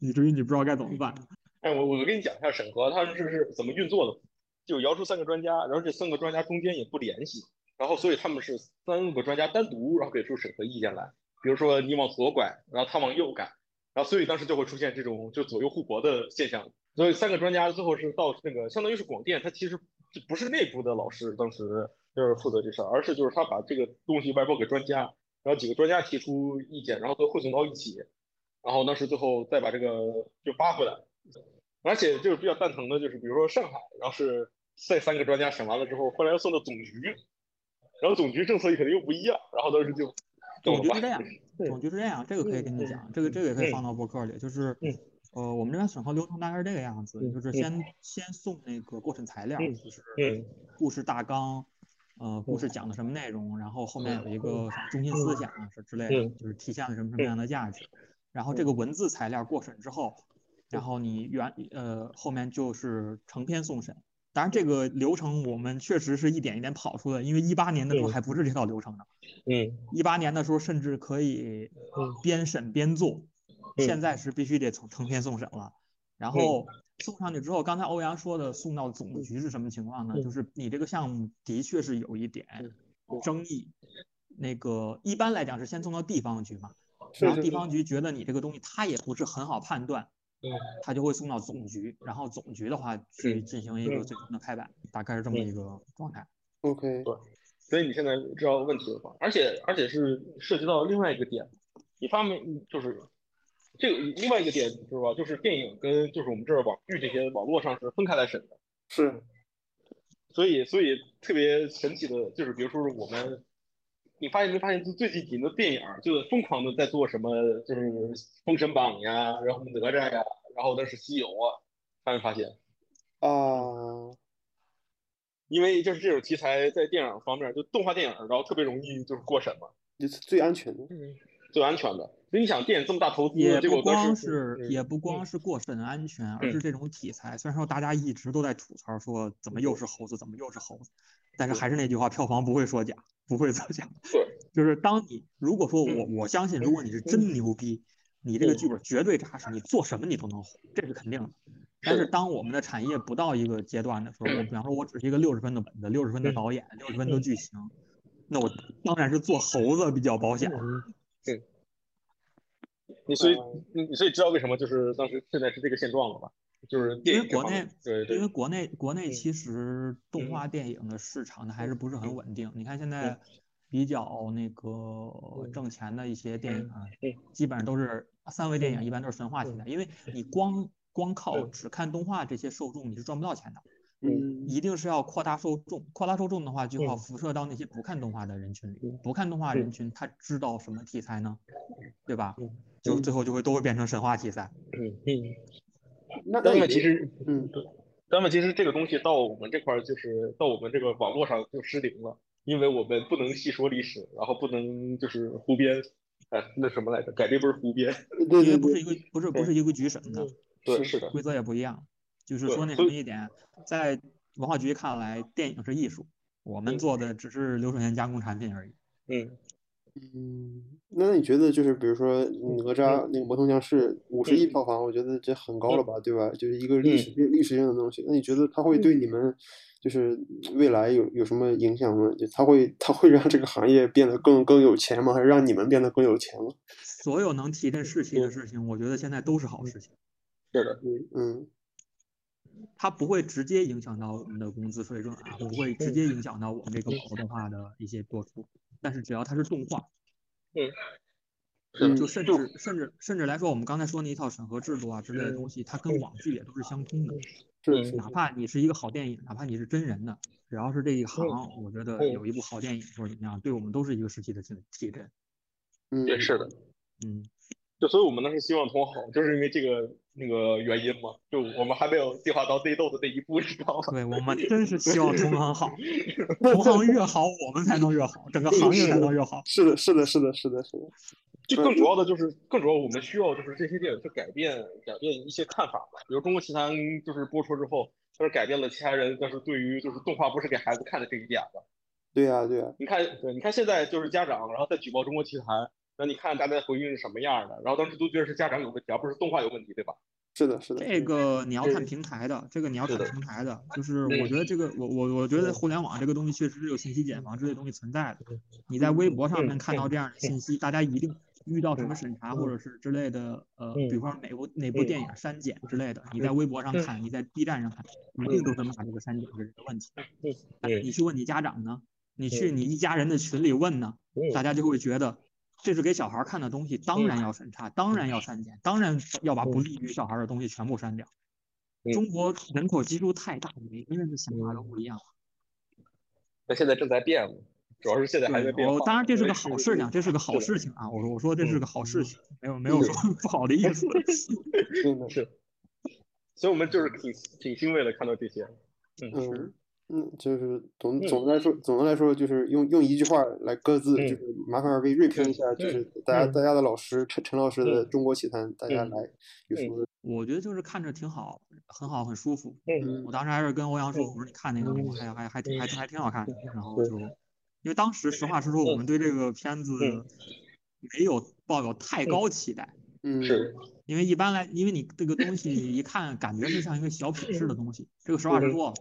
以至于你不知道该怎么办。哎，我我跟你讲一下审核它是是怎么运作的，就摇出三个专家，然后这三个专家中间也不联系，然后所以他们是三个专家单独，然后给出审核意见来。比如说你往左拐，然后他往右拐，然后所以当时就会出现这种就左右互搏的现象。所以三个专家最后是到那个相当于是广电，它其实就不是内部的老师当时就是负责这事儿，而是就是他把这个东西外包给专家，然后几个专家提出意见，然后都汇总到一起，然后当时最后再把这个就扒回来。而且就是比较蛋疼的，就是比如说上海，然后是这三个专家审完了之后，后来又送到总局，然后总局政策肯定又不一样，然后当时就总局是这样，总局是这样，这个可以跟你讲，这个这个也可以放到博客里，就是呃，我们这边审核流程大概是这个样子，就是先先送那个过程材料，就是故事大纲，呃，故事讲的什么内容，然后后面有一个中心思想啊，是之类的，就是体现了什么什么样的价值，然后这个文字材料过审之后。然后你原呃后面就是成篇送审，当然这个流程我们确实是一点一点跑出的，因为一八年的时候还不是这套流程呢。嗯。一八年的时候甚至可以呃边审边做，嗯、现在是必须得成成篇送审了。然后送上去之后，刚才欧阳说的送到总局是什么情况呢？嗯、就是你这个项目的确是有一点争议，那个一般来讲是先送到地方局嘛，然后地方局觉得你这个东西他也不是很好判断。嗯他就会送到总局，然后总局的话去进行嗯一个最终的拍板，大概是这么一个状态。 OK，对，所以你现在知道问题的话，而且而且是涉及到另外一个点，你发明就是这个另外一个点知道吧？就是电影跟就是我们这儿网剧这些网络上是分开来审的，是，所以所以特别神奇的就是，比如说我们。你发现没发现，就最近几年电影就疯狂的在做什么，就是《封神榜》呀，然后哪吒呀，然后那是西游啊，发没发现？啊，因为就是这种题材在电影方面，就动画电影，然后特别容易就是过审嘛，就是最安全的，最安全的。所以你想，电影这么大投资，也结果不光是、嗯、也不光是过审安全，嗯、而是这种题材。虽然说大家一直都在吐槽说怎么又是猴子，怎么又是猴子，但是还是那句话，票房不会说假。不会作假，对， 就是当你如果说我我相信，如果你是真牛逼，你这个剧本绝对扎实，你做什么你都能火，这是肯定的。但是当我们的产业不到一个阶段的时候，我比方说我只是一个六十分的本子、六十分的导演、六十分的剧情，那我当然是做猴子比较保险。嗯对，你所以你所以知道为什么就是当时现在是这个现状了吧？就是因为国内，对对因为国内国嗯内其实动画电影的市场它还是不嗯是很稳定。你看现在比较那嗯个挣钱的一些电影，啊基本上都是三维电嗯影，一般都是神话题材。因为你光光靠只看动画这些受众，你是赚不到钱的。嗯，一定是要扩大受众，扩大受众的话就要辐射到那些不看动画的人群里。嗯不看动画人群，他知道什么题材呢？对吧？嗯就最后就会都会变成神话题材。嗯嗯。那但那问其实，嗯，对，但问其实这个东西到我们这块儿，就是到我们这个网络上就失灵了，因为我们不能细说历史，然后不能就是胡编，哎，那什么来着？改这不是胡编，对对因对，为嗯不是一个不是不是一个局审的，对，是的，规则也不一样。就是说那对什所以么一点，在文化局看来，电影是艺术，我们做的只是流水线加工产品而已。嗯，嗯，那你觉得就是比如说哪吒那个魔童降世五十亿票房，我觉得这很高了吧，对吧？就是一个历史历史性的东西。那你觉得它会对你们就是未来有有什么影响吗？就它会它会让这个行业变得更更有钱吗？还是让你们变得更有钱吗？所有能提振士气的事情，我觉得现在都是好事情。是的，嗯它不会直接影响到我们的工资水准啊，不会直接影响到我们这个跑动画的一些播出。但是只要它是动画，嗯是的，就甚至甚至甚至来说，我们刚才说那一套审核制度啊之类的东西，它跟网剧也都是相通的。是是哪怕你是一个好电影，哪怕你是真人的，只要是这一行，我觉得嗯有一部好电影或者怎么样，对我们都是一个实际的提提振。嗯也是的，嗯，就所以我们当时希望同好，就是因为这个那个原因嘛，就我们还没有计划到内斗的那一步，你知道吗？ 对我们真是 希望同行好，同行越好，我们才能越好，整个行业才能越好。是的是的是的是的是的，就更主要的就是，更主要我们需要就是这些电影去改变改变一些看法吧。比如《中国奇谭》就是播出之后，就是改变了其他人，但是对于就是动画不是给孩子看的这一点吧。对呀对呀，你看，对，你看现在就是家长，然后再举报《中国奇谭》，然后你看大家的回应是什么样的，然后当时都觉得是家长有问题，而不是动画有问题，对吧？是的是的，这个你要看平台的，这个你要看是的平台的，就是我觉得这个我我我觉得互联网这个东西确实是有信息茧房之类的东西存在的。你在微博上面看到这样的信息，大家一定遇到什么审查或者是之类的，呃，比如说哪部哪部电影删减之类的，你在微博上看，你在 B 站上看，一定都是骂这个删减这个问题。哎你去问你家长呢，你去你一家人的群里问呢，大家就会觉得这是给小孩看的东西，当然要审查，当然要删减，当然要把不利于小孩的东西全部删掉。中国人口基数太大，每个人的想法都不一样。那现在正在变嘛，主要是现在还在变。我当然这是个好事情，这是个好事情啊！我说我说这是个好事情，没有没有说 不好的意思。真的是，所以我们就是挺挺欣慰的看到这些。嗯嗯，就是总总的来说，总的来说就是用用一句话来各自就是麻烦二位锐评一下，就是大家大家的老师陈陈老师的《中国奇谭》，大家来有什么？我觉得就是看着挺好，很好，很舒服。嗯我当时还是跟欧阳说，我说你看那个，还还还还还挺好看的。然后就，因为当时实话实说，我们对这个片子没有抱有太高期待。嗯，是。因为一般来，因为你这个东西一看，感觉是像一个小品式的东西。这个实话实说，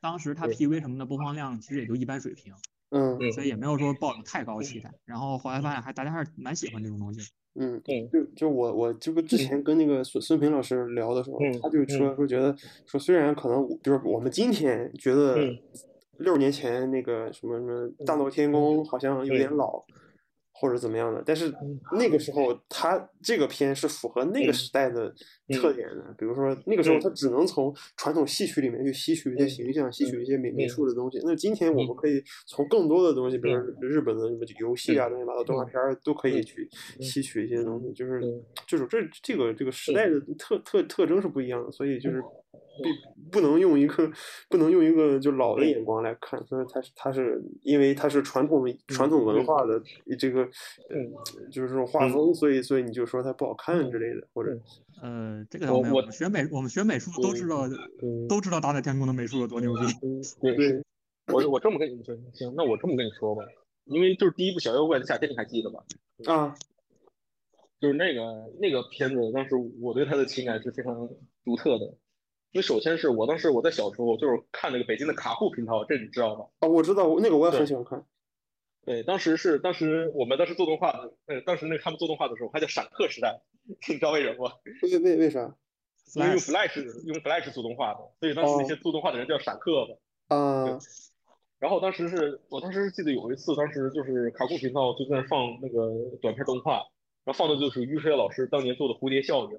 当时它 PV 什么的播放量其实也就一般水平。嗯，所以也没有说抱有太高期待。然后后来发现，还大家还是蛮喜欢这种东西。嗯，就就我我这不之前跟那个孙孙平老师聊的时候，他就说说觉得说虽然可能比如我们今天觉得六年前那个什么什么大闹天宫好像有点老或者怎么样的，但是那个时候他这个片是符合那个时代的特点的，比如说那个时候他只能从传统戏曲里面去吸取一些形象，吸取一些美美术的东西。那今天我们可以从更多的东西，比如日本的什么游戏啊、乱七八糟动画片儿都可以去。吸取一些东西，嗯就是这种这这个这个时代的特特特征是不一样的，所以就是不不能用一个不能用一个就老的眼光来看，所以它是它是因为它是传统嗯传统文化的这个呃就是这种嗯画风，所以所以你就说它不好看之类的，或者呃这个倒没有，我们学美我们学美术都知道嗯都知道大闹天宫的美术有多牛逼。嗯对，我我这么跟你说，行，那我这么跟你说吧，因为就是第一部小妖怪的夏天，你还记得吧？啊。就是那个那个片子，当时我对它的情感是非常独特的。因为首先是我当时我在小时候就是看那个北京的卡酷频道，这你知道吗？啊，我知道，那个我也很喜欢看。对,对，当时是当时我们当时做动画的，呃，当时那他们做动画的时候，还叫闪客时代，你知道为什么吗？为为为啥？因为用 Flash 用 Flash 做动画的，所以当时那些做动画的人叫闪客嘛。啊、嗯。然后当时是我当时记得有一次，当时就是卡酷频道就在那放那个短片动画。然后放的就是于水老师当年做的《蝴蝶效应》，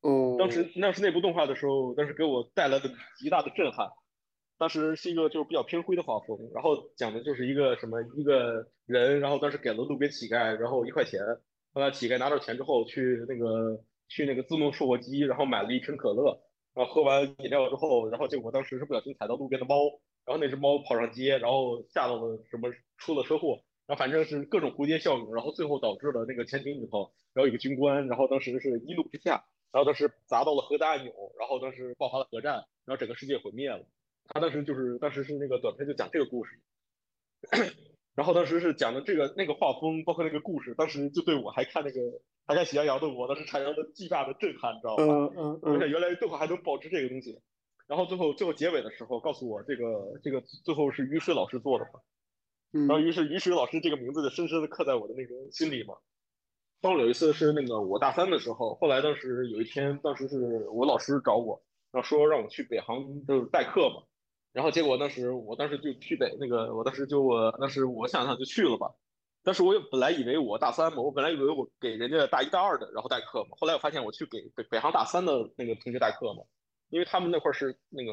哦，当时当时那部动画的时候，当时给我带来了极大的震撼。当时是一个就是比较偏灰的画风，然后讲的就是一个什么一个人，然后当时给了路边乞丐，然后一块钱，后来乞丐拿到钱之后去那个去那个自动售货机，然后买了一瓶可乐，然后喝完饮料之后，然后结果当时是不小心踩到路边的猫，然后那只猫跑上街，然后吓到了什么出了车祸。然后反正是各种蝴蝶效应，然后最后导致了那个潜艇里头，然后有个军官，然后当时是一怒之下，然后当时砸到了核弹按钮，然后当时爆发了核战，然后整个世界毁灭了。他当时就是当时是那个短片就讲这个故事 然后当时是讲的这个那个画风，包括那个故事，当时就对我还看那个还看喜羊羊的我，当时产生了巨大的震撼，你知道吧？嗯嗯嗯。而且原来动画还能保持这个东西，然后最后最后结尾的时候告诉我这个这个最后是于水老师做的嘛。嗯然后，于是于水老师这个名字就深深的刻在我的那个心里嘛。当有一次是那个我大三的时候，后来当时有一天，当时是我老师找我，然后说让我去北航就是代课嘛。然后结果当时我当时就去北那个，我当时就我当时我想想就去了吧。当时我本来以为我大三嘛，我本来以为我给人家大一大二的然后代课嘛。后来我发现我去给北北航大三的那个同学代课嘛，因为他们那块是那个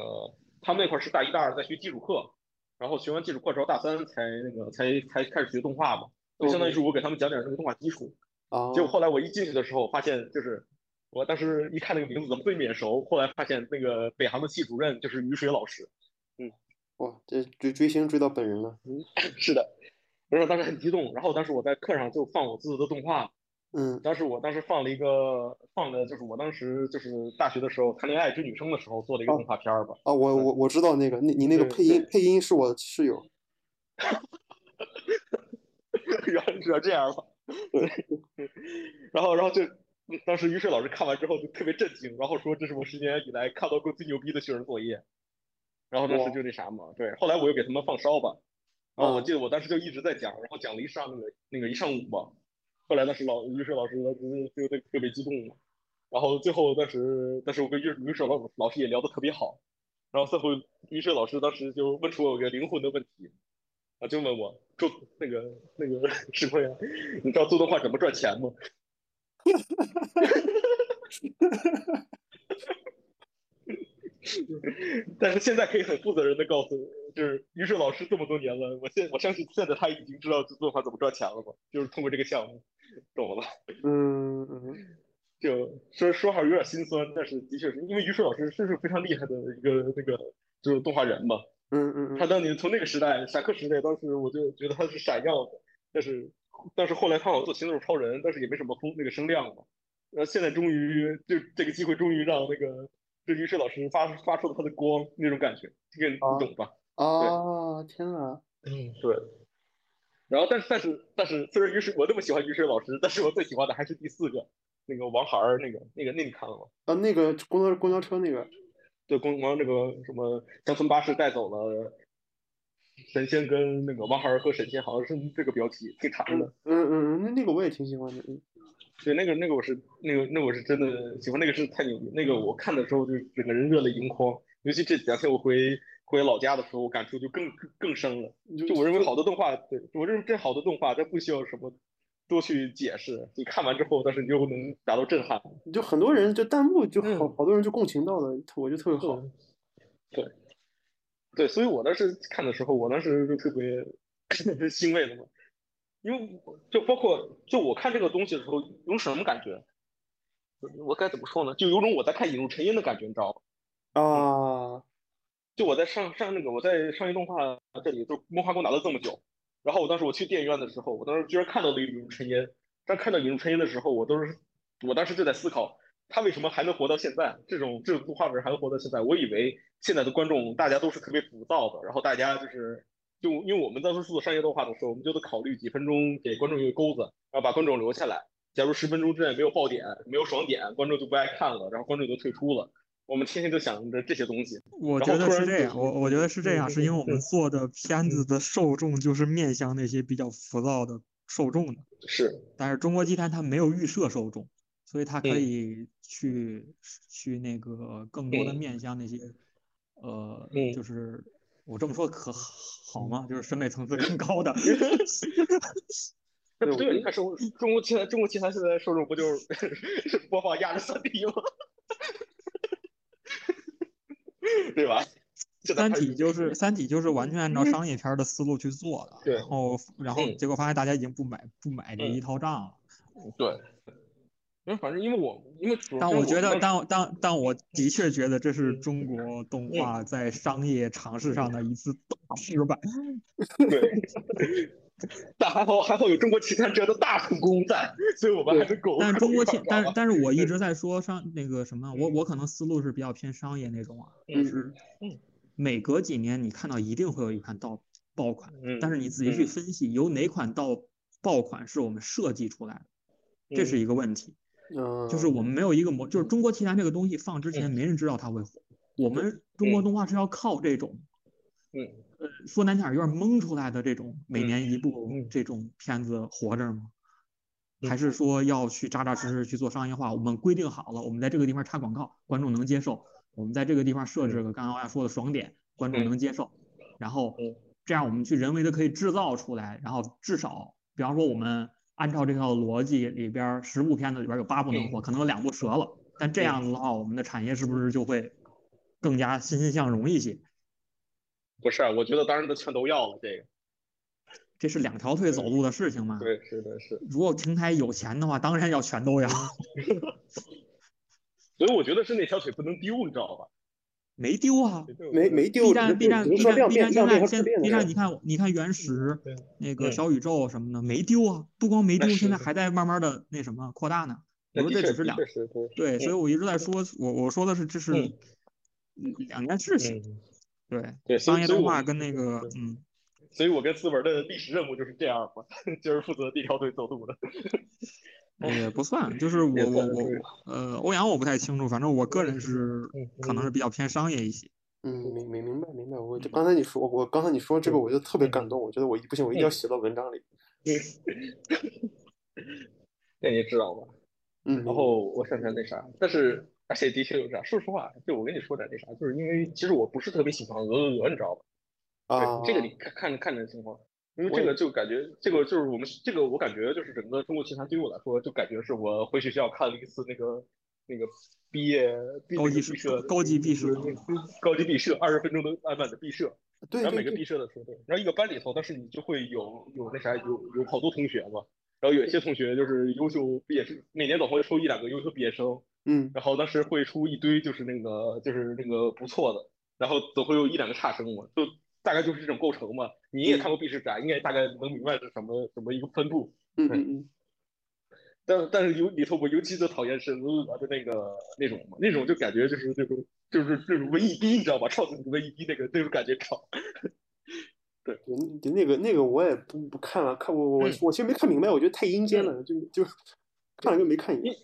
他们那块是大一大二在学基础课。然后学完基础课之后，大三才那个才才开始学动画嘛，就相当于是我给他们讲点那个动画基础。啊。结果后来我一进去的时候，发现就是我当时一看那个名字怎么这么眼熟，后来发现那个北航的系主任就是于水老师。 嗯。哇，这追追星追到本人了。嗯，是的。然后当时很激动，然后当时我在课上就放我自己的动画。嗯。当时我当时放了一个放的就是我当时就是大学的时候谈恋爱追女生的时候做的一个动画片吧。 啊，我嗯我我知道那个，你你那个配音配音是我室友。原来是这 样吧。然后然后就当时于是老师看完之后就特别震惊，然后说这是我十年以来看到过最牛逼的学生作业。然后当时就那啥嘛，对，后来我又给啊他们放烧吧。然后我记得我当时就一直在讲，然后讲了一上那个那个一上午吧。后来当时老于是老师呢就就特别激动嘛，然后最后当时当时我跟于于是老老师也聊得特别好，然后最后于是老师当时就问出我个灵魂的问题，啊就问我做那个那个石坤呀，你知道自动化怎么赚钱吗？ 但是现在可以很负责任的告诉，就是于是老师这么多年了，我现我相信现在他已经知道自动化怎么赚钱了吧？就是通过这个项目，懂了吧？嗯嗯，就说说话有点心酸，但是的确是因为于是老师真是非常厉害的一个那个就是动画人吧。嗯嗯嗯，他当年从那个时代闪客时代，当时我就觉得他是闪耀的，但是但是后来他好像做行走超人，但是也没什么风那个声量嘛。然后现在终于就这个机会终于让那个。这于是老师发发出了他的光那种感觉，这个你懂吧？哦，天哪！嗯，对。然后，但是但是但是，虽然于是我那么喜欢于是老师，但是我最喜欢的还是第四个那个王孩儿那个那个那你看了吗？啊，那个公交公交车那个，对公交那个什么乡村巴士带走了神仙跟那个王孩儿和神仙，好像是这个标题挺长的。嗯嗯嗯，那那个我也挺喜欢的。嗯。对，那个那个我是那个那个、我是真的喜欢，那个是太牛逼。那个我看的时候就是整个人热泪盈眶，尤其这两天我回回老家的时候，我感触就更更深了。就我认为好的动画，对我认为这好的动画，它不需要什么多去解释，你看完之后，但是你就能达到震撼。就很多人就弹幕就好、嗯、好多人就共情到了，我觉得特别好。嗯对，对，所以我当时看的时候，我当时就特别 欣慰了嘛。因为就包括就我看这个东西的时候，有什么感觉？我该怎么说呢？就有种我在看《引入尘烟》的感觉，你知道吗？啊！就我在上上那个我在商业动画这里就摸爬滚打了这么久，然后我当时我去电影院的时候，我当时居然看到了《引入尘烟》，但看到《引入尘烟》的时候，我都是我当时就在思考，他为什么还能活到现在？这种这种动画人还能活到现在？我以为现在的观众大家都是特别浮躁的，然后大家就是。就因为我们当时做商业动画的时候，我们就得考虑几分钟给观众一个钩子，然后把观众留下来。假如十分钟之内没有爆点、没有爽点，观众就不爱看了，然后观众就退出了。我们天天就想着这些东西。我觉得是这样，我我觉得是这样，是因为我们做的片子的受众就是面向那些比较浮躁的受众的。是。但是中国鸡摊它没有预设受众，所以它可以去、嗯、去那个更多的面向那些、嗯、呃，就是。我这么说可好吗？就是审美层次更高 的。那不对，你看中嗯中国现在中国集团现在受众不就是 播放压着三 D 吗？对吧？三体就是嗯三体就是完全按照商业片的思路去做的，然后然后结果发现大家已经不买不买这一套账了。对。因为反正因为我因为但我嗯觉得但但但我的确觉得这是中国动画在商业尝试上的一次大失败。对，但还好还好有中国奇谭这样的大成功在，所以我们还能苟。但中国奇，但是但是我一直在说商那个什么，我我可能思路是比较偏商业那种啊，嗯嗯就是每隔几年你看到一定会有一款到爆款，嗯但是你仔细去分析，有哪款到爆款是我们设计出来的，嗯这是一个问题。嗯就是我们没有一个模，就是中国奇谭这个东西放之前，没人知道它会火。我们中国动画是要靠这种，嗯，呃，说难听点，有点蒙出来的这种每年一部这种片子活着吗？还是说要去扎扎实实去做商业化？我们规定好了，我们在这个地方插广告，观众能接受；我们在这个地方设置个刚刚我说的爽点，观众能接受。然后这样我们去人为的可以制造出来，然后至少，比方说我们。按照这套逻辑，里边十部片子里边有八部能火，可能有两部折了。但这样子的话，我们的产业是不是就会更加欣欣向荣一些？不是，啊我觉得当然都全都要了。这个，这是两条腿走路的事情嘛。对，是的，是。如果平台有钱的话，当然要全都要。所以我觉得是那条腿不能丢，你知道吧？没丢啊，没没丢。 B 站 B 站 B 站 B 站现在现 B 站，你看你看原石那个小宇宙什么的没丢啊，不光没丢，现在还在慢慢的那什么扩大呢。我说这只是嗯两对，所以我一直在说，我我说的是这是两件事情，对嗯对，商业动画跟那个嗯。所以我跟思文的历史任务就是这样嘛， 就是负责这条腿走路的。哦也不算，就是嗯我我我呃，欧阳我不太清楚，反正我个人是可能是比较偏商业一些。嗯，明明明白明白，嗯我就刚才你说，我刚才你说这嗯个，我就特别感动，我觉得我不行，我一定要写到文章里。那你知道吧？嗯，然后我想想那啥，但是而且的确有啥，说实话，就我跟你说点那啥，就是因为其实我不是特别喜欢鹅鹅鹅，你知道吧？啊，这个你看看看着情况，因为这个就感觉这个就是我们这个我感觉就是整个中国棋坛对于我来说，就感觉是我回学校看了一次那个那个毕业高级毕设高级毕设高级毕设二十分钟的安排的毕设，对，然后每个毕设的时候，然后一个班里头，但是你就会有有那啥有有好多同学嘛。然后有些同学就是优秀毕业生，每年总会抽一两个优秀毕业生，嗯，然后当时会出一堆就是那个就是那个不错的，然后总会有一两个差生嘛，就大概就是这种构成嘛。你也看过毕氏展，应该大概能明白是什么什么一个分布。嗯嗯嗯。但但是有里头我尤其最讨厌是鹅鹅的那个那种嘛，那种就感觉就是那种就是那种文艺逼，你知道吧？超级文艺逼那个那种感觉超。对，那个那个我也不不看了，看我我我其实没看明白，我觉得太阴间了，就就看了跟没看一样。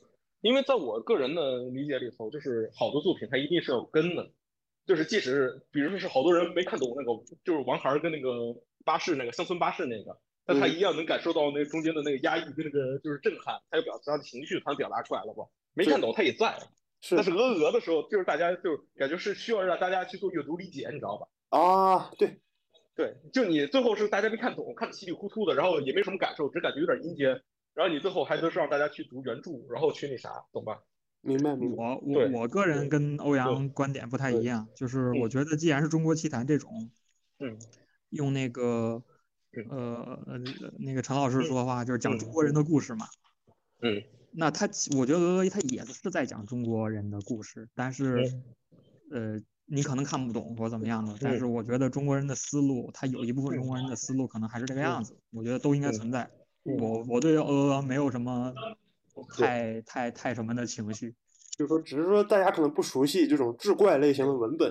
因为在我个人的理解里头，就是好的作品它一定是有根的，就是即使比如说是好多人没看懂那个，就是王孩跟那个巴士那个乡村巴士那个，但他一样能感受到那个中间的那个压抑跟那个就是震撼，他有表达的情绪，他表达出来了吧？没看懂他也在，是但是鹅鹅的时候，就是大家就感觉是需要让大家去做阅读理解，你知道吧？啊，对。对，就你最后是大家没看懂，看的稀里糊涂的，然后也没什么感受，只感觉有点阴间。然后你最后还能让大家去读原著，然后去那啥，懂吧？明白明白。我我我个人跟欧阳观点不太一样，就是我觉得既然是中国棋坛这种，嗯，用那个呃呃那个陈老师说的话，就是讲中国人的故事嘛。嗯。那他我觉得他也是在讲中国人的故事，但是呃。你可能看不懂或怎么样的，但是我觉得中国人的思路，他有一部分中国人的思路可能还是这个样子，我觉得都应该存在。我我对呃没有什么太太太什么的情绪，就是说，只是说大家可能不熟悉这种志怪类型的文本，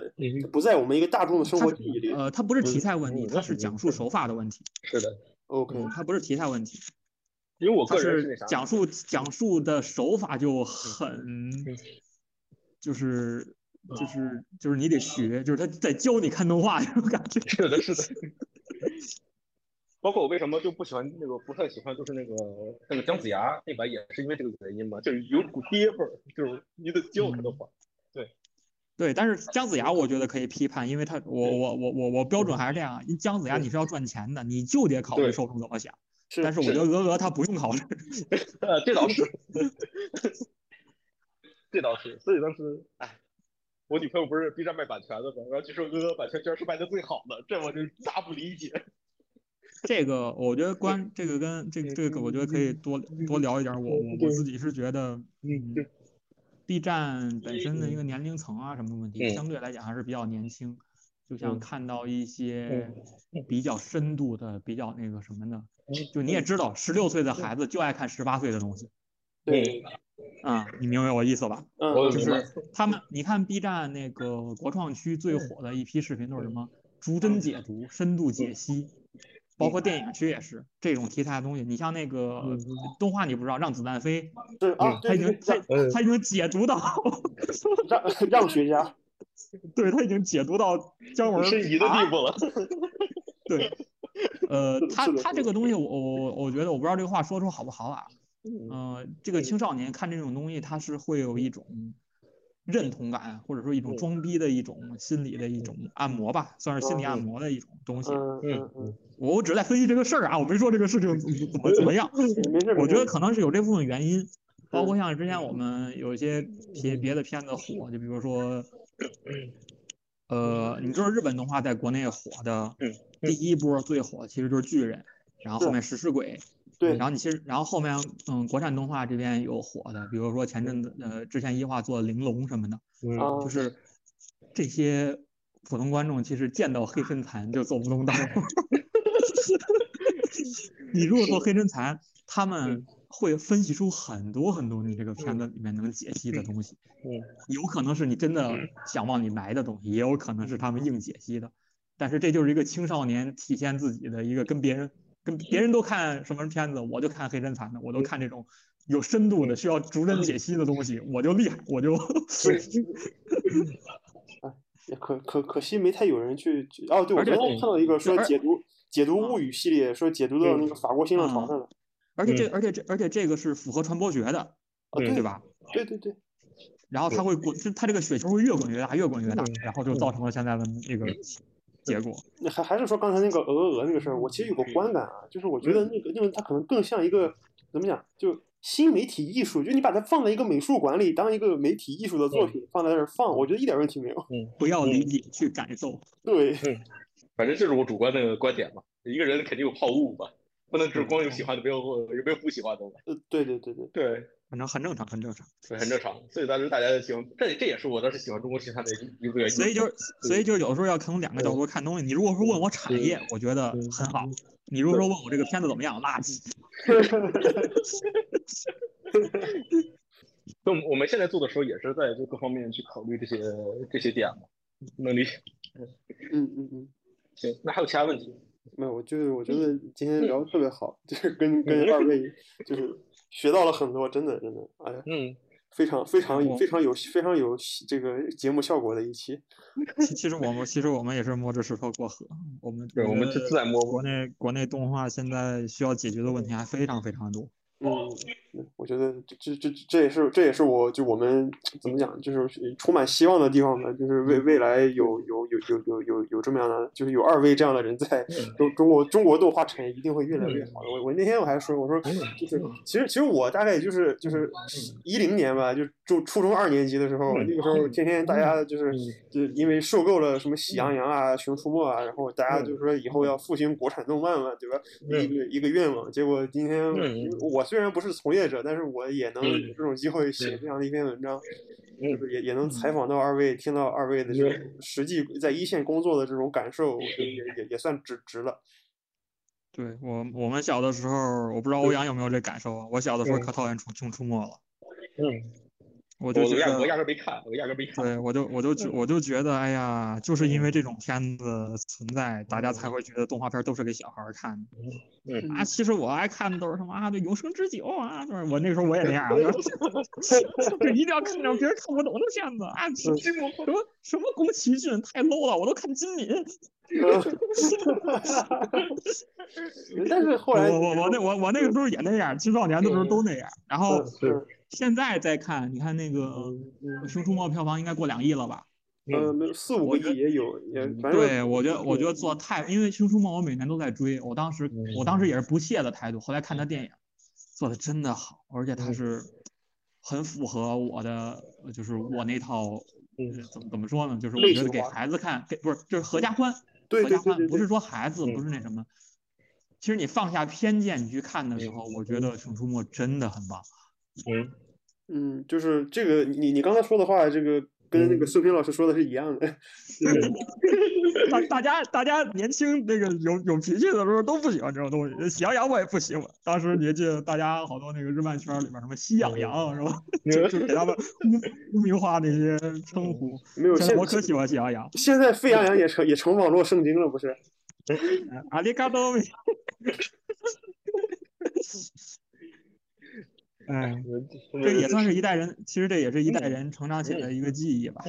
不在我们一个大众的生活记忆里。呃，它不是题材问题，它是讲述手法的问题。是的，OK，它不是题材问题，因为我它个人 是讲述讲述的手法嗯就很就是。哦就是就是嗯你得学，就是他在教你看动画这种感觉。 是的，是的。 包括我为什么就不喜欢那个，不太喜欢就是那个那个姜子牙那版，也是因为这个原因嘛，就是有股爹味儿，就是你得教看动画。对，对，但是姜子牙我觉得可以批判，因为他我我我我我标准还是这样，啊姜子牙你是要赚钱的，你就得考虑受众怎么想。但是我觉得鹅鹅他不用考虑。呃，这倒是， 这倒是，所以当时哎。我女朋友不是 B 站卖版权的吗？然后据说鹅鹅版权居然是卖的最好的，这我就大不理解。这个我觉得关这个跟这个这个，我觉得可以多多聊一点。我我我自己是觉得，嗯，B 站本身的一个年龄层啊什么的问题，相对来讲还是比较年轻。就像看到一些比较深度的、比较那个什么的，就你也知道，十六岁的孩子就爱看十八岁的东西。对。啊、嗯，你明白我意思吧？嗯，就是他们，你看 B 站那个国创区最火的一批视频都是什么？逐嗯帧解读、深度解析，包括电影区也是这种题材的东西。你像那个动画，你不知道《让子弹飞》嗯对啊，他已经他他已经解读到让让学家，对他已经解读到姜文是你的地步了。对，呃，他他这个东西，我我我觉得我不知道这个话说出好不好啊。嗯呃，这个青少年看这种东西，他是会有一种认同感，或者说一种装逼的一种心理的一种按摩吧，算是心理按摩的一种东西。嗯嗯我只是在分析这个事儿啊，我没说这个事情怎么怎么样。我觉得可能是有这部分原因，包括像之前我们有一些别别的片子火，就比如说，呃，你知道日本动画在国内火的第一波最火其实就是巨人，然后后面食尸鬼。对，然后你其实，然后后面，嗯，国产动画这边有火的，比如说前阵子，呃，之前一化做《玲珑》什么的，嗯，就是这些普通观众其实见到黑身残就走不动道。 你如果做黑身残，他们会分析出很多很多你这个片子里面能解析的东西，有可能是你真的想往里埋的东西，也有可能是他们硬解析的，但是这就是一个青少年体现自己的一个跟别人。跟别人都看什么片子，我就看黑侦探的，我都看这种有深度的、需要逐帧解析的东西，我就厉害，我就。 可可可惜没太有人去哦，对我昨天看到一个说解读解读物语系列，说解读到那个法国新浪潮上了。而且这嗯而且这而且这个是符合传播学的，啊对吧？对对对。然后它会滚，就它这个雪球会越滚越大，越滚越嗯大，然后就造成了现在的那个结果。还还是说刚才那个鹅鹅鹅那个事儿，我其实有个观感啊，就是我觉得那个那个它可能更像一个怎么讲，就新媒体艺术，就你把它放在一个美术馆里当一个媒体艺术的作品放在那儿放，我觉得一点问题没有。 嗯，不要理解，去感受。对，反正这是我主观的观点嘛。一个人肯定有好恶吧，不能只光有喜欢的，没有有没有不喜欢的吧？呃，对对 对对对，反正很正常，很正常。对，很正常。所以当时大家喜欢，这这也是我当时喜欢中国神探的一个原因。所以就是，所以就是有时候要从两个角度看东西。你如果说问我产业，我觉得很好；你如果说问我这个片子怎么样，垃圾。所以我们现在做的时候也是在就各方面去考虑这些这些点嘛，能理解。嗯嗯嗯，行，那还有其他问题？没有，我就是我觉得今天聊的特别好， 就是跟跟二位就是学到了很多，真的真的，哎呀，嗯，非常非常我非常有非常有这个节目效果的一期。其其实我们其实我们也是摸着石头过河，我们对，我们觉是得自在摸国内国内动画现在需要解决的问题还非常非常多。嗯，我觉得这这这这也是这也是我就我们怎么讲，就是充满希望的地方吧。就是未未来有有有有有有有这么样的，就是有二位这样的人在中中国中国动画产业一定会越来越好的。我我那天我还说，我说就是嗯其实其实我大概也就是就是一零年吧，就就初中二年级的时候，嗯那个时候天天大家就是就是因为受够了什么嗯喜羊羊啊、熊出没啊，然后大家就说以后要复兴国产动漫嘛，对吧？一个一个愿望。结果今天嗯我虽然不是从业者，但是我也能嗯有这种机会写这样的一篇文章，嗯就是也也能采访到二位，听到二位的这种实际在一线工作的这种感受，我觉得嗯也也也算值值了。对我我们小的时候，我不知道欧阳有没有这感受啊？我小的时候嗯可讨厌熊熊出没了，嗯，我我就觉压我嗯得。压根没看，我压根没看。对，我就我就觉我就觉得，哎呀，就是嗯因为这种片子存在，大家才会觉得动画片都是给小孩儿看的。嗯啊，其实我爱看的都是什么啊？对，有生之久啊，就是我那时候我也那样，我就嗯 就一定要看那种别人看不懂的片子啊，什么什么什么宫崎骏太 low 了，我都看金敏。 但是后我来我我那我我那个时候也那样，青少年的时候都那嗯样。然嗯后呃是，现在再看，你看那个《熊出没》票房应该过两亿了吧？呃，没有四五个嗯我觉嗯亿也有，也反正对，我觉得我觉得做太，因为《熊出没》我每年都在追，我当时嗯我当时也是不屑的态度，后来看他电影，做的真的好，而且他嗯是很符合我的，就是我那套，呃怎么怎么说呢？就是我嗯类觉得型给化嗯孩子看，给不是就是合家欢，对合对家对欢对不对嗯是说孩子不是那什么。其实你放下偏见，你去看的时候，我觉得《熊出没》真的很棒。嗯，嗯，就是这个，你你刚才说的话，这个跟嗯那个孙平老师说的是一样的。 大大家大家年轻那个有有脾气的时候都不喜欢这种东西，喜羊羊我也不喜欢。当时你还记得大家好多那个日漫圈里面什么喜羊羊是吧？ 就就给他们污污名化那些称 呼。没有现现在我可喜欢喜羊羊，现在沸羊羊也成也成网络圣经了，不是？阿里嘎多米。哎，这也算是一代人，其实这也是一代人成长起来的一个记忆嗯吧。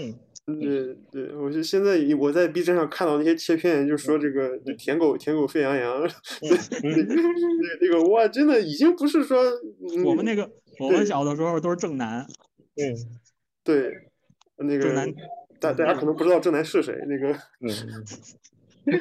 对对，我就现在我在 B 站上看到那些切片，就嗯说这个舔狗舔狗沸羊羊， 这这个哇，真的已经不是说嗯我们那个个，我们小的时候都是正男，嗯对那正个南大大家可能不知道正南是谁，那个嗯，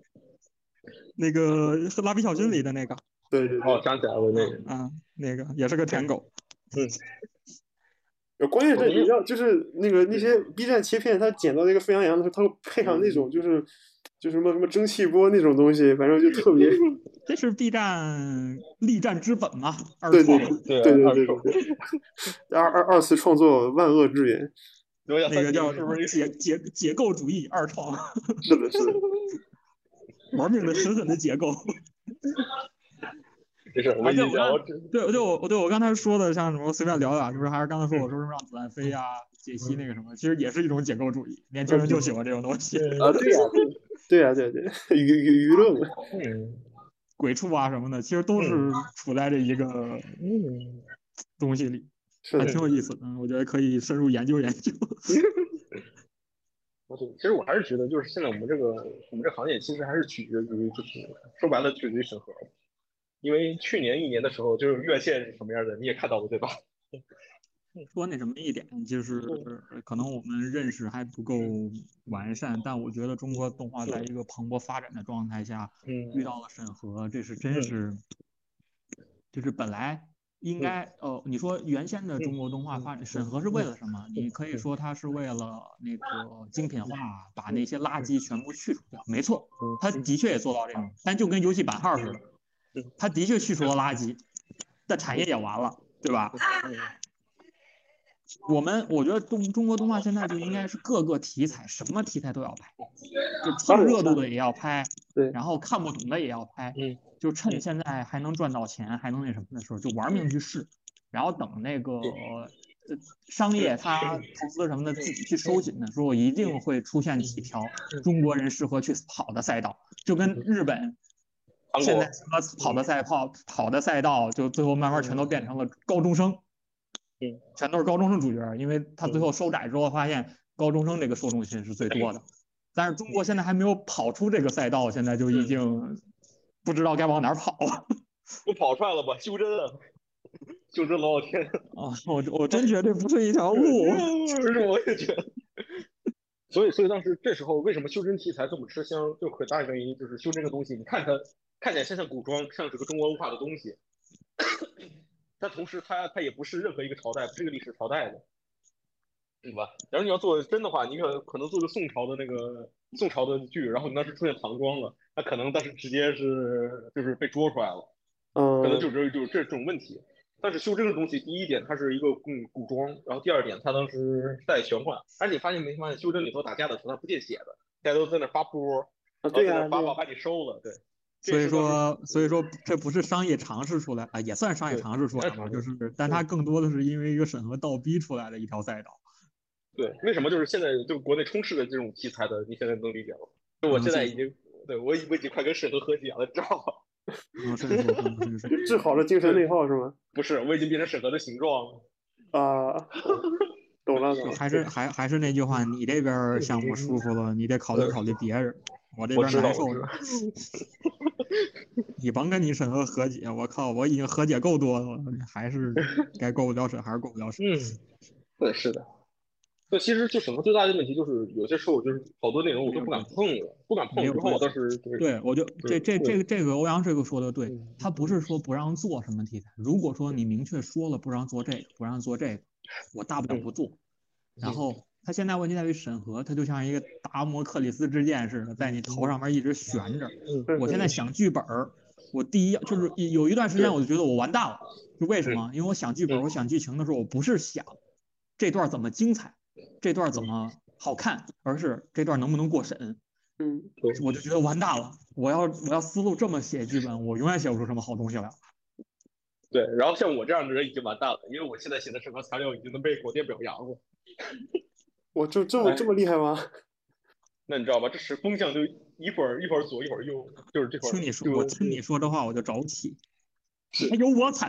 那个蜡笔小新里的那个，对对哦，想起来了那个，啊，那个也是个舔狗。对，关键我是们你知道，就是那个那些 B 站切片，他剪到那个沸羊羊的时候，他会配上那种就是就什么什么蒸汽波那种东西，反正就特别这是 B 站力战之本嘛，二对对创对对对对二对手，对对，二二二次创作万恶之源，我想那 个叫什么解解解构主义二创，是的，是的。玩命的狠狠的解构。 没事，我印象我只对，对我对我刚才说的像什么随便聊聊，就是还是刚才说我说什么让子弹飞呀、啊解析那个什么，其实也是一种解构主义，年轻人就喜欢这种东西，啊，对呀、对呀、对呀对，娱娱娱乐嘛，嗯 鬼畜啊什么的，其实都是嗯处在这一个嗯，东西里，是还的，挺有意思的。嗯我觉得可以深入研究研究。我其实我还是觉得，就是现在我们这个我们这行业其实还是取决于，就是说白了取决于审核，因为去年一年的时候，就是院线是什么样的，你也看到了，对吧？说那什么一点，就是可能我们认识还不够完善，但我觉得中国动画在一个蓬勃发展的状态下，遇到了审核，这是真是，就是本来应该呃，你说原先的中国动画发展审核是为了什么？你可以说它是为了那个精品化，把那些垃圾全部去除掉，没错，它的确也做到这样，但就跟游戏版号似的，它的确去除了垃圾，但产业也完了，对吧？我们我觉得中中国动画现在就应该是各个题材，什么题材都要拍，就蹭热度的也要拍，对，然后看不懂的也要拍，嗯，就趁现在还能赚到钱，还能那什么的时候，就玩命去试，然后等那个呃商业它投资什么的自己去收紧的时候，一定会出现几条中国人适合去跑的赛道，就跟日本。现在什么跑的赛跑跑的赛道，就最后慢慢全都变成了高中生，全都是高中生主角，因为他最后收窄之后发现高中生这个受众群是最多的。但是中国现在还没有跑出这个赛道，现在就已经不知道该往哪儿跑了。不跑出来了吧？修真啊，修真老天啊！我我真觉得这不是一条路。嗯是，我也觉得。所以，所以当时这时候为什么修真题材这么吃香？就很大一个原因就是修真这个东西，你看它看起来像像古装，像是个中国文化的东西。 但同时它，它它也不是任何一个朝代，不是一个历史朝代的，对吧？然后你要做真的话，你可可能做个宋朝的那个宋朝的剧，然后你当时出现唐装了，那可能但是直接是就是被捉出来了，嗯可能就这就这种问题。但是修这个东西，第一点它是一个嗯古装，然后第二点它当时带玄幻，而且发现没发现修真里头打架的时候它不见血的，大家都在那发波，啊对呀、啊，把把把你收了，对。所以说，所以说这不是商业尝试出来啊，也算商业尝试出来 吧，就是，但它更多的是因为一个审核倒逼出来的一条赛道。 对，为什么就是现在就国内充斥的这种题材的，你现在能理解吗？就我现在已经，对我我已经快跟审核和解了，你知道吗？ 能申诉，治好了精神内耗是吗？不是，我已经变成审核的形状了。啊，懂了。还是还还是那句话，你这边项目舒服了，你得考虑考虑别人。我这边难受着，你甭跟你审核和解，我靠，我已经和解够多了，还 是该过不了审，还是过不了审。嗯，对，是的。对，其实就审核最大的问题就是，有些时候就是好多内容我都不敢碰了，不敢碰。之后倒是对，嗯我就这这这个这个欧阳这个说的对，他不是说不让做什么题材，如果说你明确说了不让做这个，不让做这个，我大不了不做，然后。它现在问题在于审核，它就像一个达摩克里斯之剑似的，在你头上面一直悬着。嗯我现在想剧本儿，我第一就是有一段时间我就觉得我完蛋了，就为什么？因为我想剧本，我想剧情的时候，我不是想这段怎么精彩，这段怎么好看，而是这段能不能过审。嗯，我就觉得完蛋了，我要我要思路这么写剧本，我永远写不出什么好东西来。对，然后像我这样的人已经完蛋了，因为我现在写的审核材料已经能被国内表扬了。我就这么哎这么厉害吗？那你知道吧？这是风向就一会儿一会儿左一会儿右，就是这块。听你说，我 听你说这话我就着急。还有我惨！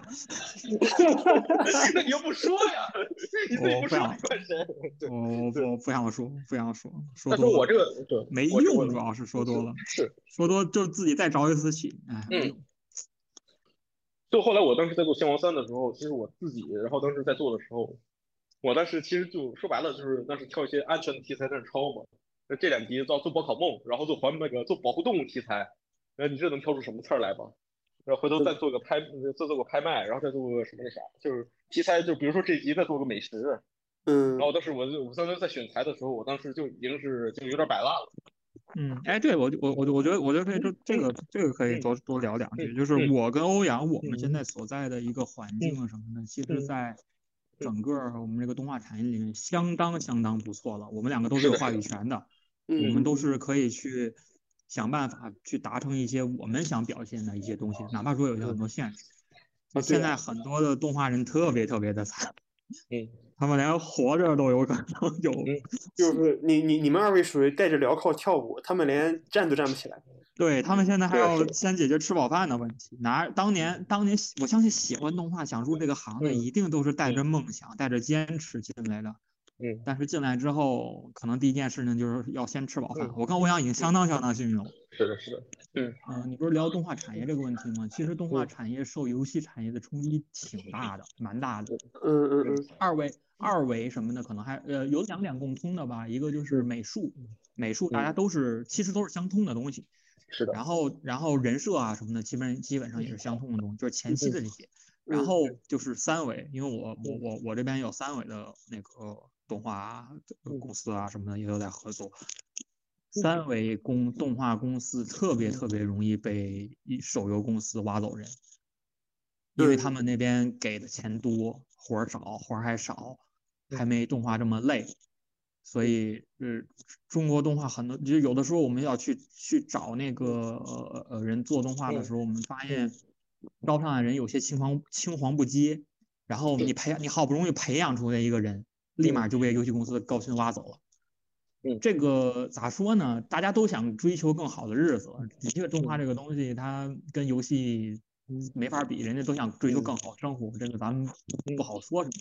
那你又不说呀？ 你自己不说怪谁？我我我不想说，不想说，说多了。我这个没用，主要是说多了。是说多就是自己再找一次气，哎，嗯没用。就后来我当时在做《仙王三》的时候，其实我自己，然后当时在做的时候。我当时其实就说白了，就是当时挑一些安全的题材在抄嘛。那这两集做做宝可梦，然后做环那个做保护动物题材，然后你这能挑出什么刺儿来吧？然后回头再做个拍，呃再做个拍卖，然后再做个什么那啥，就是题材，就比如说这集再做个美食。嗯。然哦后当时我就我当时在选材的时候，我当时就已经是就有点摆烂了。嗯，哎，对我我我我觉得我觉得这这个这个可以多多聊两句，就是我跟欧阳我们现在所在的一个环境啊什么的，其实在。整个我们这个动画产业里面相当相当不错了，我们两个都是有话语权的，嗯嗯我们都是可以去想办法去达成一些我们想表现的一些东西，哪怕说有些很多限制。那现在很多的动画人特别特别的惨，嗯，他们连活着都有可能有。就是你你你们二位属于带着镣铐跳舞，他们连站都站不起来。对他嗯们现在还要先解决吃饱饭的问题。拿当年当年，嗯我相信喜欢动画、想入这个行的，一定都是带着梦想、带着坚持进来的。嗯，但是进来之后，可能第一件事情就是要先吃饱饭。嗯我看欧阳已经相当相当幸运了。是的，是的，嗯、你不是聊动画产业这个问题吗？其实动画嗯产业受游戏产业的冲击挺大的，蛮大的。嗯嗯嗯二维、二维什么的，可能还呃有两点共通的吧，一个就是美术，嗯美术大家都是、其实都是相通的东西，是的，然后然后人设啊什么的，基本基本上也是相通的东西，就是嗯前期的这些，然嗯后就是三维，因为我嗯我我我这边有三维的那个动画嗯呃公司啊什么的也都在合作。三维公动画公司特别特别容易被一手游公司挖走人，因为他对们那边给的钱多，活儿少，活儿还少，嗯还没动画这么累，所以呃，中国动画很多，就有的时候我们要去去找那个呃呃人做动画的时候，我们发现招上来人有些青黄青黄不接，然后你培养你好不容易培养出来一个人，立马就被游戏公司的高薪挖走了。嗯这个咋说呢？大家都想追求更好的日子，的确，动画这个东西它跟游戏没法比，人家都想追求更好的生活，这个咱们不好说什么。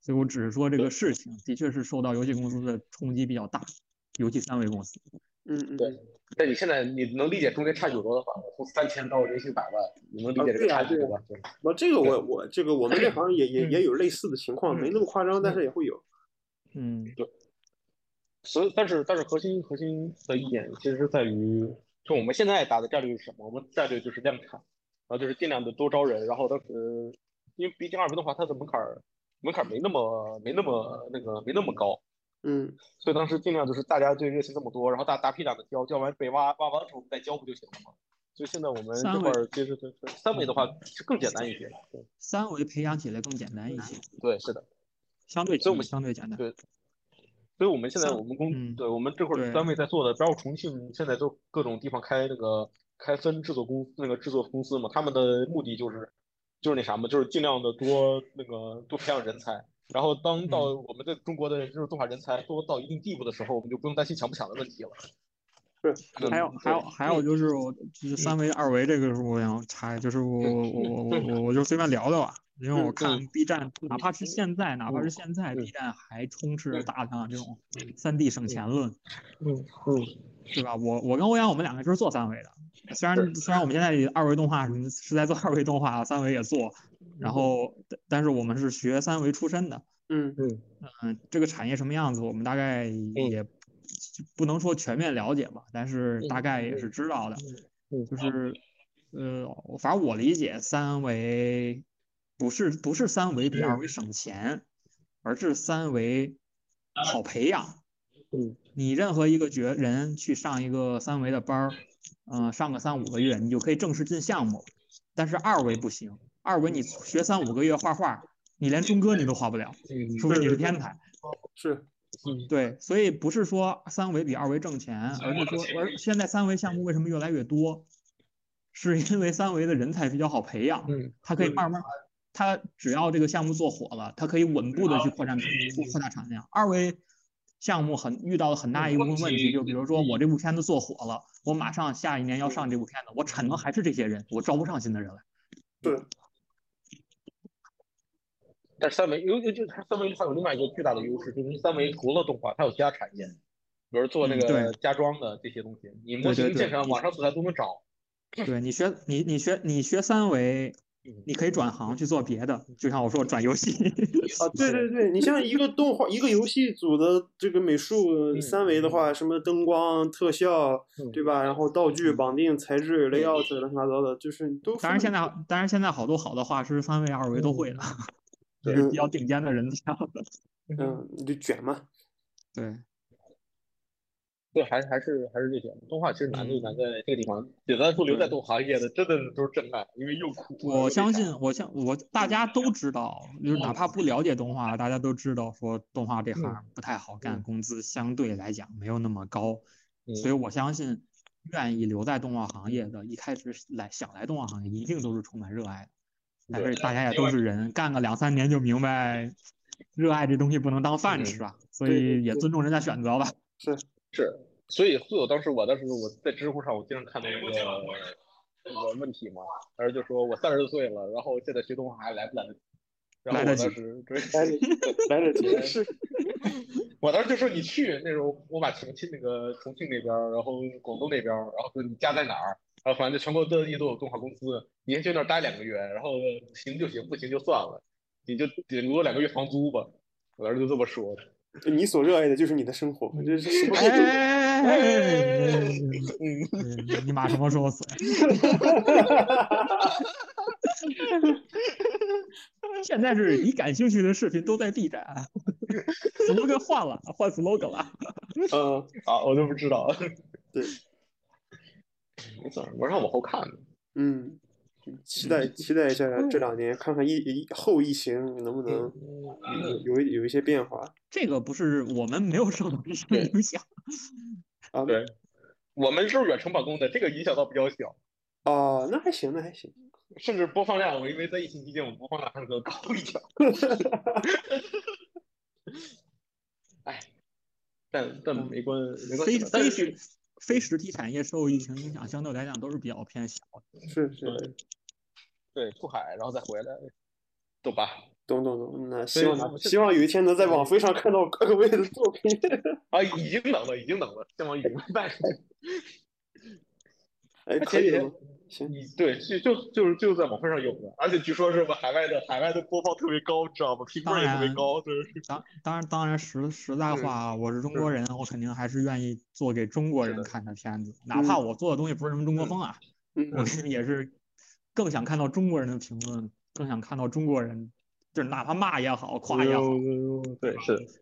所以我只是说这个事情的确是受到游戏公司的冲击比较大，尤其三维公司。嗯嗯，对但你现在你能理解中间差距有多大吗？从三千到人性百万，你能理解这个差距吧？我这个我我这个我们这行也也也有类似的情况，嗯没那么夸张，但是也会有。嗯，所以，但是但是核心核心的一点其实是在于，就我们现在打的战略是什么？我们战略就是量产，然后就是尽量的多招人，然后当时因为毕竟二维动画它的门槛儿门槛儿没那么没那么那个没那么高，嗯所以当时尽量就是大家对热情这么多，然后大大批量的交，交完被挖挖完之后再交不就行了吗？所以现在我们三这块维儿其实就是三维的话是更简单一些，对三维培养起来更简单一些，对是的。相对所以我简们相对简单。对所以我们现在像我们公，嗯对我们这会对儿单位在做的，包括重庆现在都各种地方开那个开分制作公那个制作公司嘛，他们的目的就是就是那啥嘛，就是尽量的多那个多培养人才。然后当到嗯我们的中国的就是动画人才多到一定地步的时候，我们就不用担心抢不抢的问题了。是嗯，还有还有对嗯还有就是我就是三维二维这个是我想插，就是我我我我我我就随便聊聊啊，因为我嗯看 B 站，嗯哪怕是现在，哪怕是现在嗯 B 站还充斥着嗯大量这种三 D 省钱论，嗯嗯是吧？我我跟欧阳我们两个就是做三维的，虽然是虽然我们现在二维动画什么是在做二维动画，三维也做，嗯然后但但是我们是学三维出身的，嗯嗯嗯，这个产业什么样子，我们大概也不能说全面了解吧，但是大嗯概也是知道的。嗯，就是，呃，反正我理解，三维不是不是三维比二嗯维省钱，而是三维好培养。嗯，你任何一个角人去上一个三维的班儿，嗯、上个三五个月，你就可以正式进项目。但是二维不行，二维你学三五个月画画，你连中歌你都画不了，嗯除非你是天才。是，嗯对，所以不是说三维比二维挣钱，而是说，而现在三维项目为什么越来越多，是因为三维的人才比较好培养，嗯它可以慢慢，它只要这个项目做火了，它可以稳步的去扩展扩扩大产量。二维项目很遇到了很大一部分问题，就比如说我这部片子做火了，我马上下一年要上这部片子，我产能还是这些人，我招不上新的人来。 对，但是三维，尤尤其是它三维它有另外一个巨大的优势，就是三维除了动画，它有其他产业，比如做那嗯个对家装的这些东西，你模对对型建对成，网上素材都能找。对你学你你学你学三维嗯，你可以转行去做别的，就像我说我转游戏。 啊，对对对，你像一个动画、一个游戏组的这个美术嗯三维的话，什么灯光、特效，嗯对吧？然后道具、绑定、材质、layout 乱七八糟的，就是嗯都分。当然现在，当然现在好多好的画师三维、二维都会了， 也是比较顶尖的人才了。嗯，你就卷嘛。对，对，还还是还是这点，动画其实难嗯就难在这个地方，简单说留在动画业的真的都是真爱，因为又苦。我相信，我相我大嗯家都知道，就是哪怕不了解动画，大家都知道说动画这行不太好干，嗯工资相对来讲没有那么高，嗯所以我相信愿意留在动画行业的，一开始来想来动画行业，一定都是充满热爱的。但对是大家也都是人，干个两三年就明白，热爱这东西不能当饭吃吧，啊所对对以也对尊重人家选择吧。是，所以会有当时我当时我在知乎上我经常看到那个那个问题嘛，当时就说我三十岁了，然后现在学动画还来不来得及？然后来得我及当时对， 来 得及是我当时就说你去，那时候我把重庆那个重庆那边儿，然后广东那边儿，然后说你家在哪儿，然后反正全国各地都有动画公司，你先去那儿待两个月，然后行就行，不行就算了，你就顶多两个月房租吧。我当时就这么说的。你所热爱的就是你的生活，这是 什么哎哎哎哎哎哎哎嗯，哎你妈什么时候死？现在是你感兴趣的视频都在 B 站啊，slogan 换了，换 slogan 了。嗯，啊，我都不知 道。对，没事儿，我让往后看。嗯，期待期待一下这两年，看看疫疫后疫情能不能嗯，有一有一些变化这个不是我们没有受到什么影响，啊对我们是远程办公的，这个影响倒比较小，哦，那还行，那还行，甚至播放量，我因为在疫情期间，我播放量还是更高一点。 哎，但但没关没关系非吧，但非嗯是实非实体产业受疫情影响相对来讲都是比较偏小的。是是，是对出海然后再回来，懂吧？懂懂懂，那希所以望我他们是希望有一天能在网飞上看到各位的作品。啊，已经能了，已经能了，相 当于已经办事。哎， 那可前以几了天吗，行，你对，就就就是就在网会上有的，而且据说是吧，海外的海外的播放特别高，知道吗？评分也特别高，就是当当然当然实实在是话啊，我是中国人，我肯定还是愿意做给中嗯国是人的看的片子，哪怕嗯我做的东西不是什么中国风啊，嗯 我是也是更想看到中国人的评论，更想看到中国人，就是哪怕骂也好，夸也好。对，是的。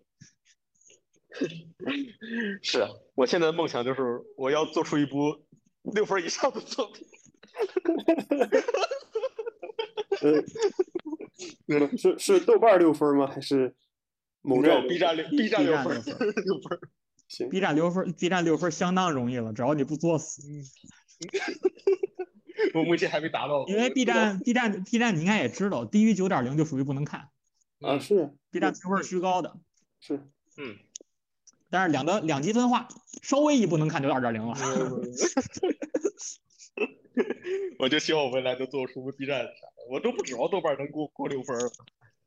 是啊，我现在的梦想就是我要做出一部六分以上的作品。呃，是是豆瓣儿六分吗？还是某对站嗯，B 嗯站六 B 站 B 六站分，六 六分。行 B 站六分，B 站六分相当容易了，只要你不作死。我目前还没达到，因为 B 站 B 站 B 站你应该也知道，低于九点零就属于不能看啊？是的，B 站评分是虚高的。是，嗯，但是两的两极分化，稍微一不能看就二点零了。我就希望我未来能做出 B 站啥的，我都不指望豆瓣能给我过六分了，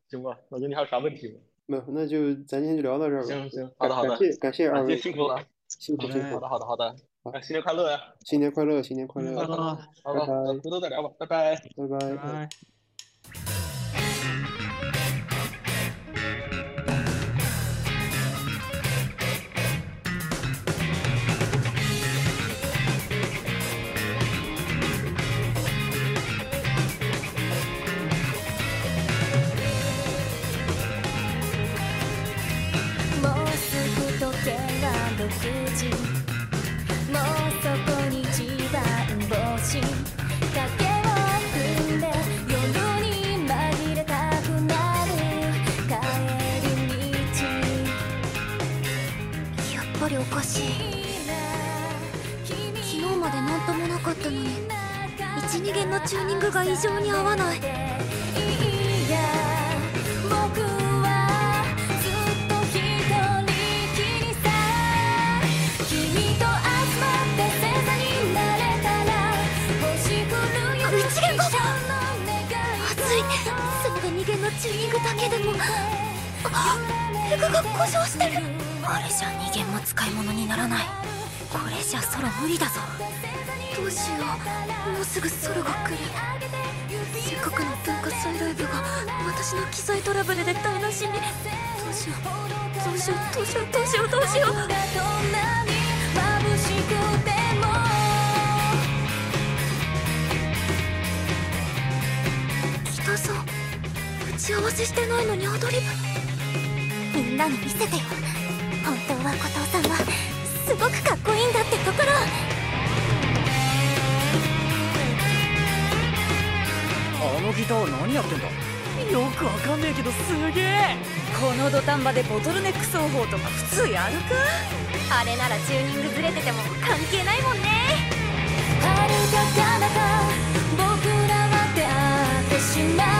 行吧？老金，你还有啥问题吗？没有，那就咱今天就聊到这儿吧。行行感好的好的感谢感谢二啊，位姐，辛苦了，辛苦好辛嘞好苦，的好的好的，啊，新年快乐呀！新年快乐，新年 快 乐，快乐，好嗯吧，拜拜回头再聊吧，拜拜。拜拜拜拜。 「もうすぐ時計は6時」「もうそこに一番星」「影を組んで夜に紛れたくなる帰り道」「やっぱりおかしい」「昨日まで何ともなかったのに」12弦のチューニングが異常に合わないいいや僕はずっと一人きりさ君と集まって星座になれたら星降るよ一弦がまずいねその2弦のチューニングだけでもあ服が故障してるあれじゃ2弦も使い物にならないこれじゃ空無理だぞどうしようもうすぐ空が来るせっかくの文化祭ライブが私の機材トラブルで台無しにどうしようどうしようどうしようどうしようどうしよう北さん打ち合わせしてないのにアドリブみんなに見せてよ本当は後藤さんはすごくかっこいいんだってところあのギター何やってんだよくわかんねえけどすげえこの土壇場でボトルネック奏法とか普通やるかあれならチューニングずれてても関係ないもんね遥か彼方僕らは出会ってしまう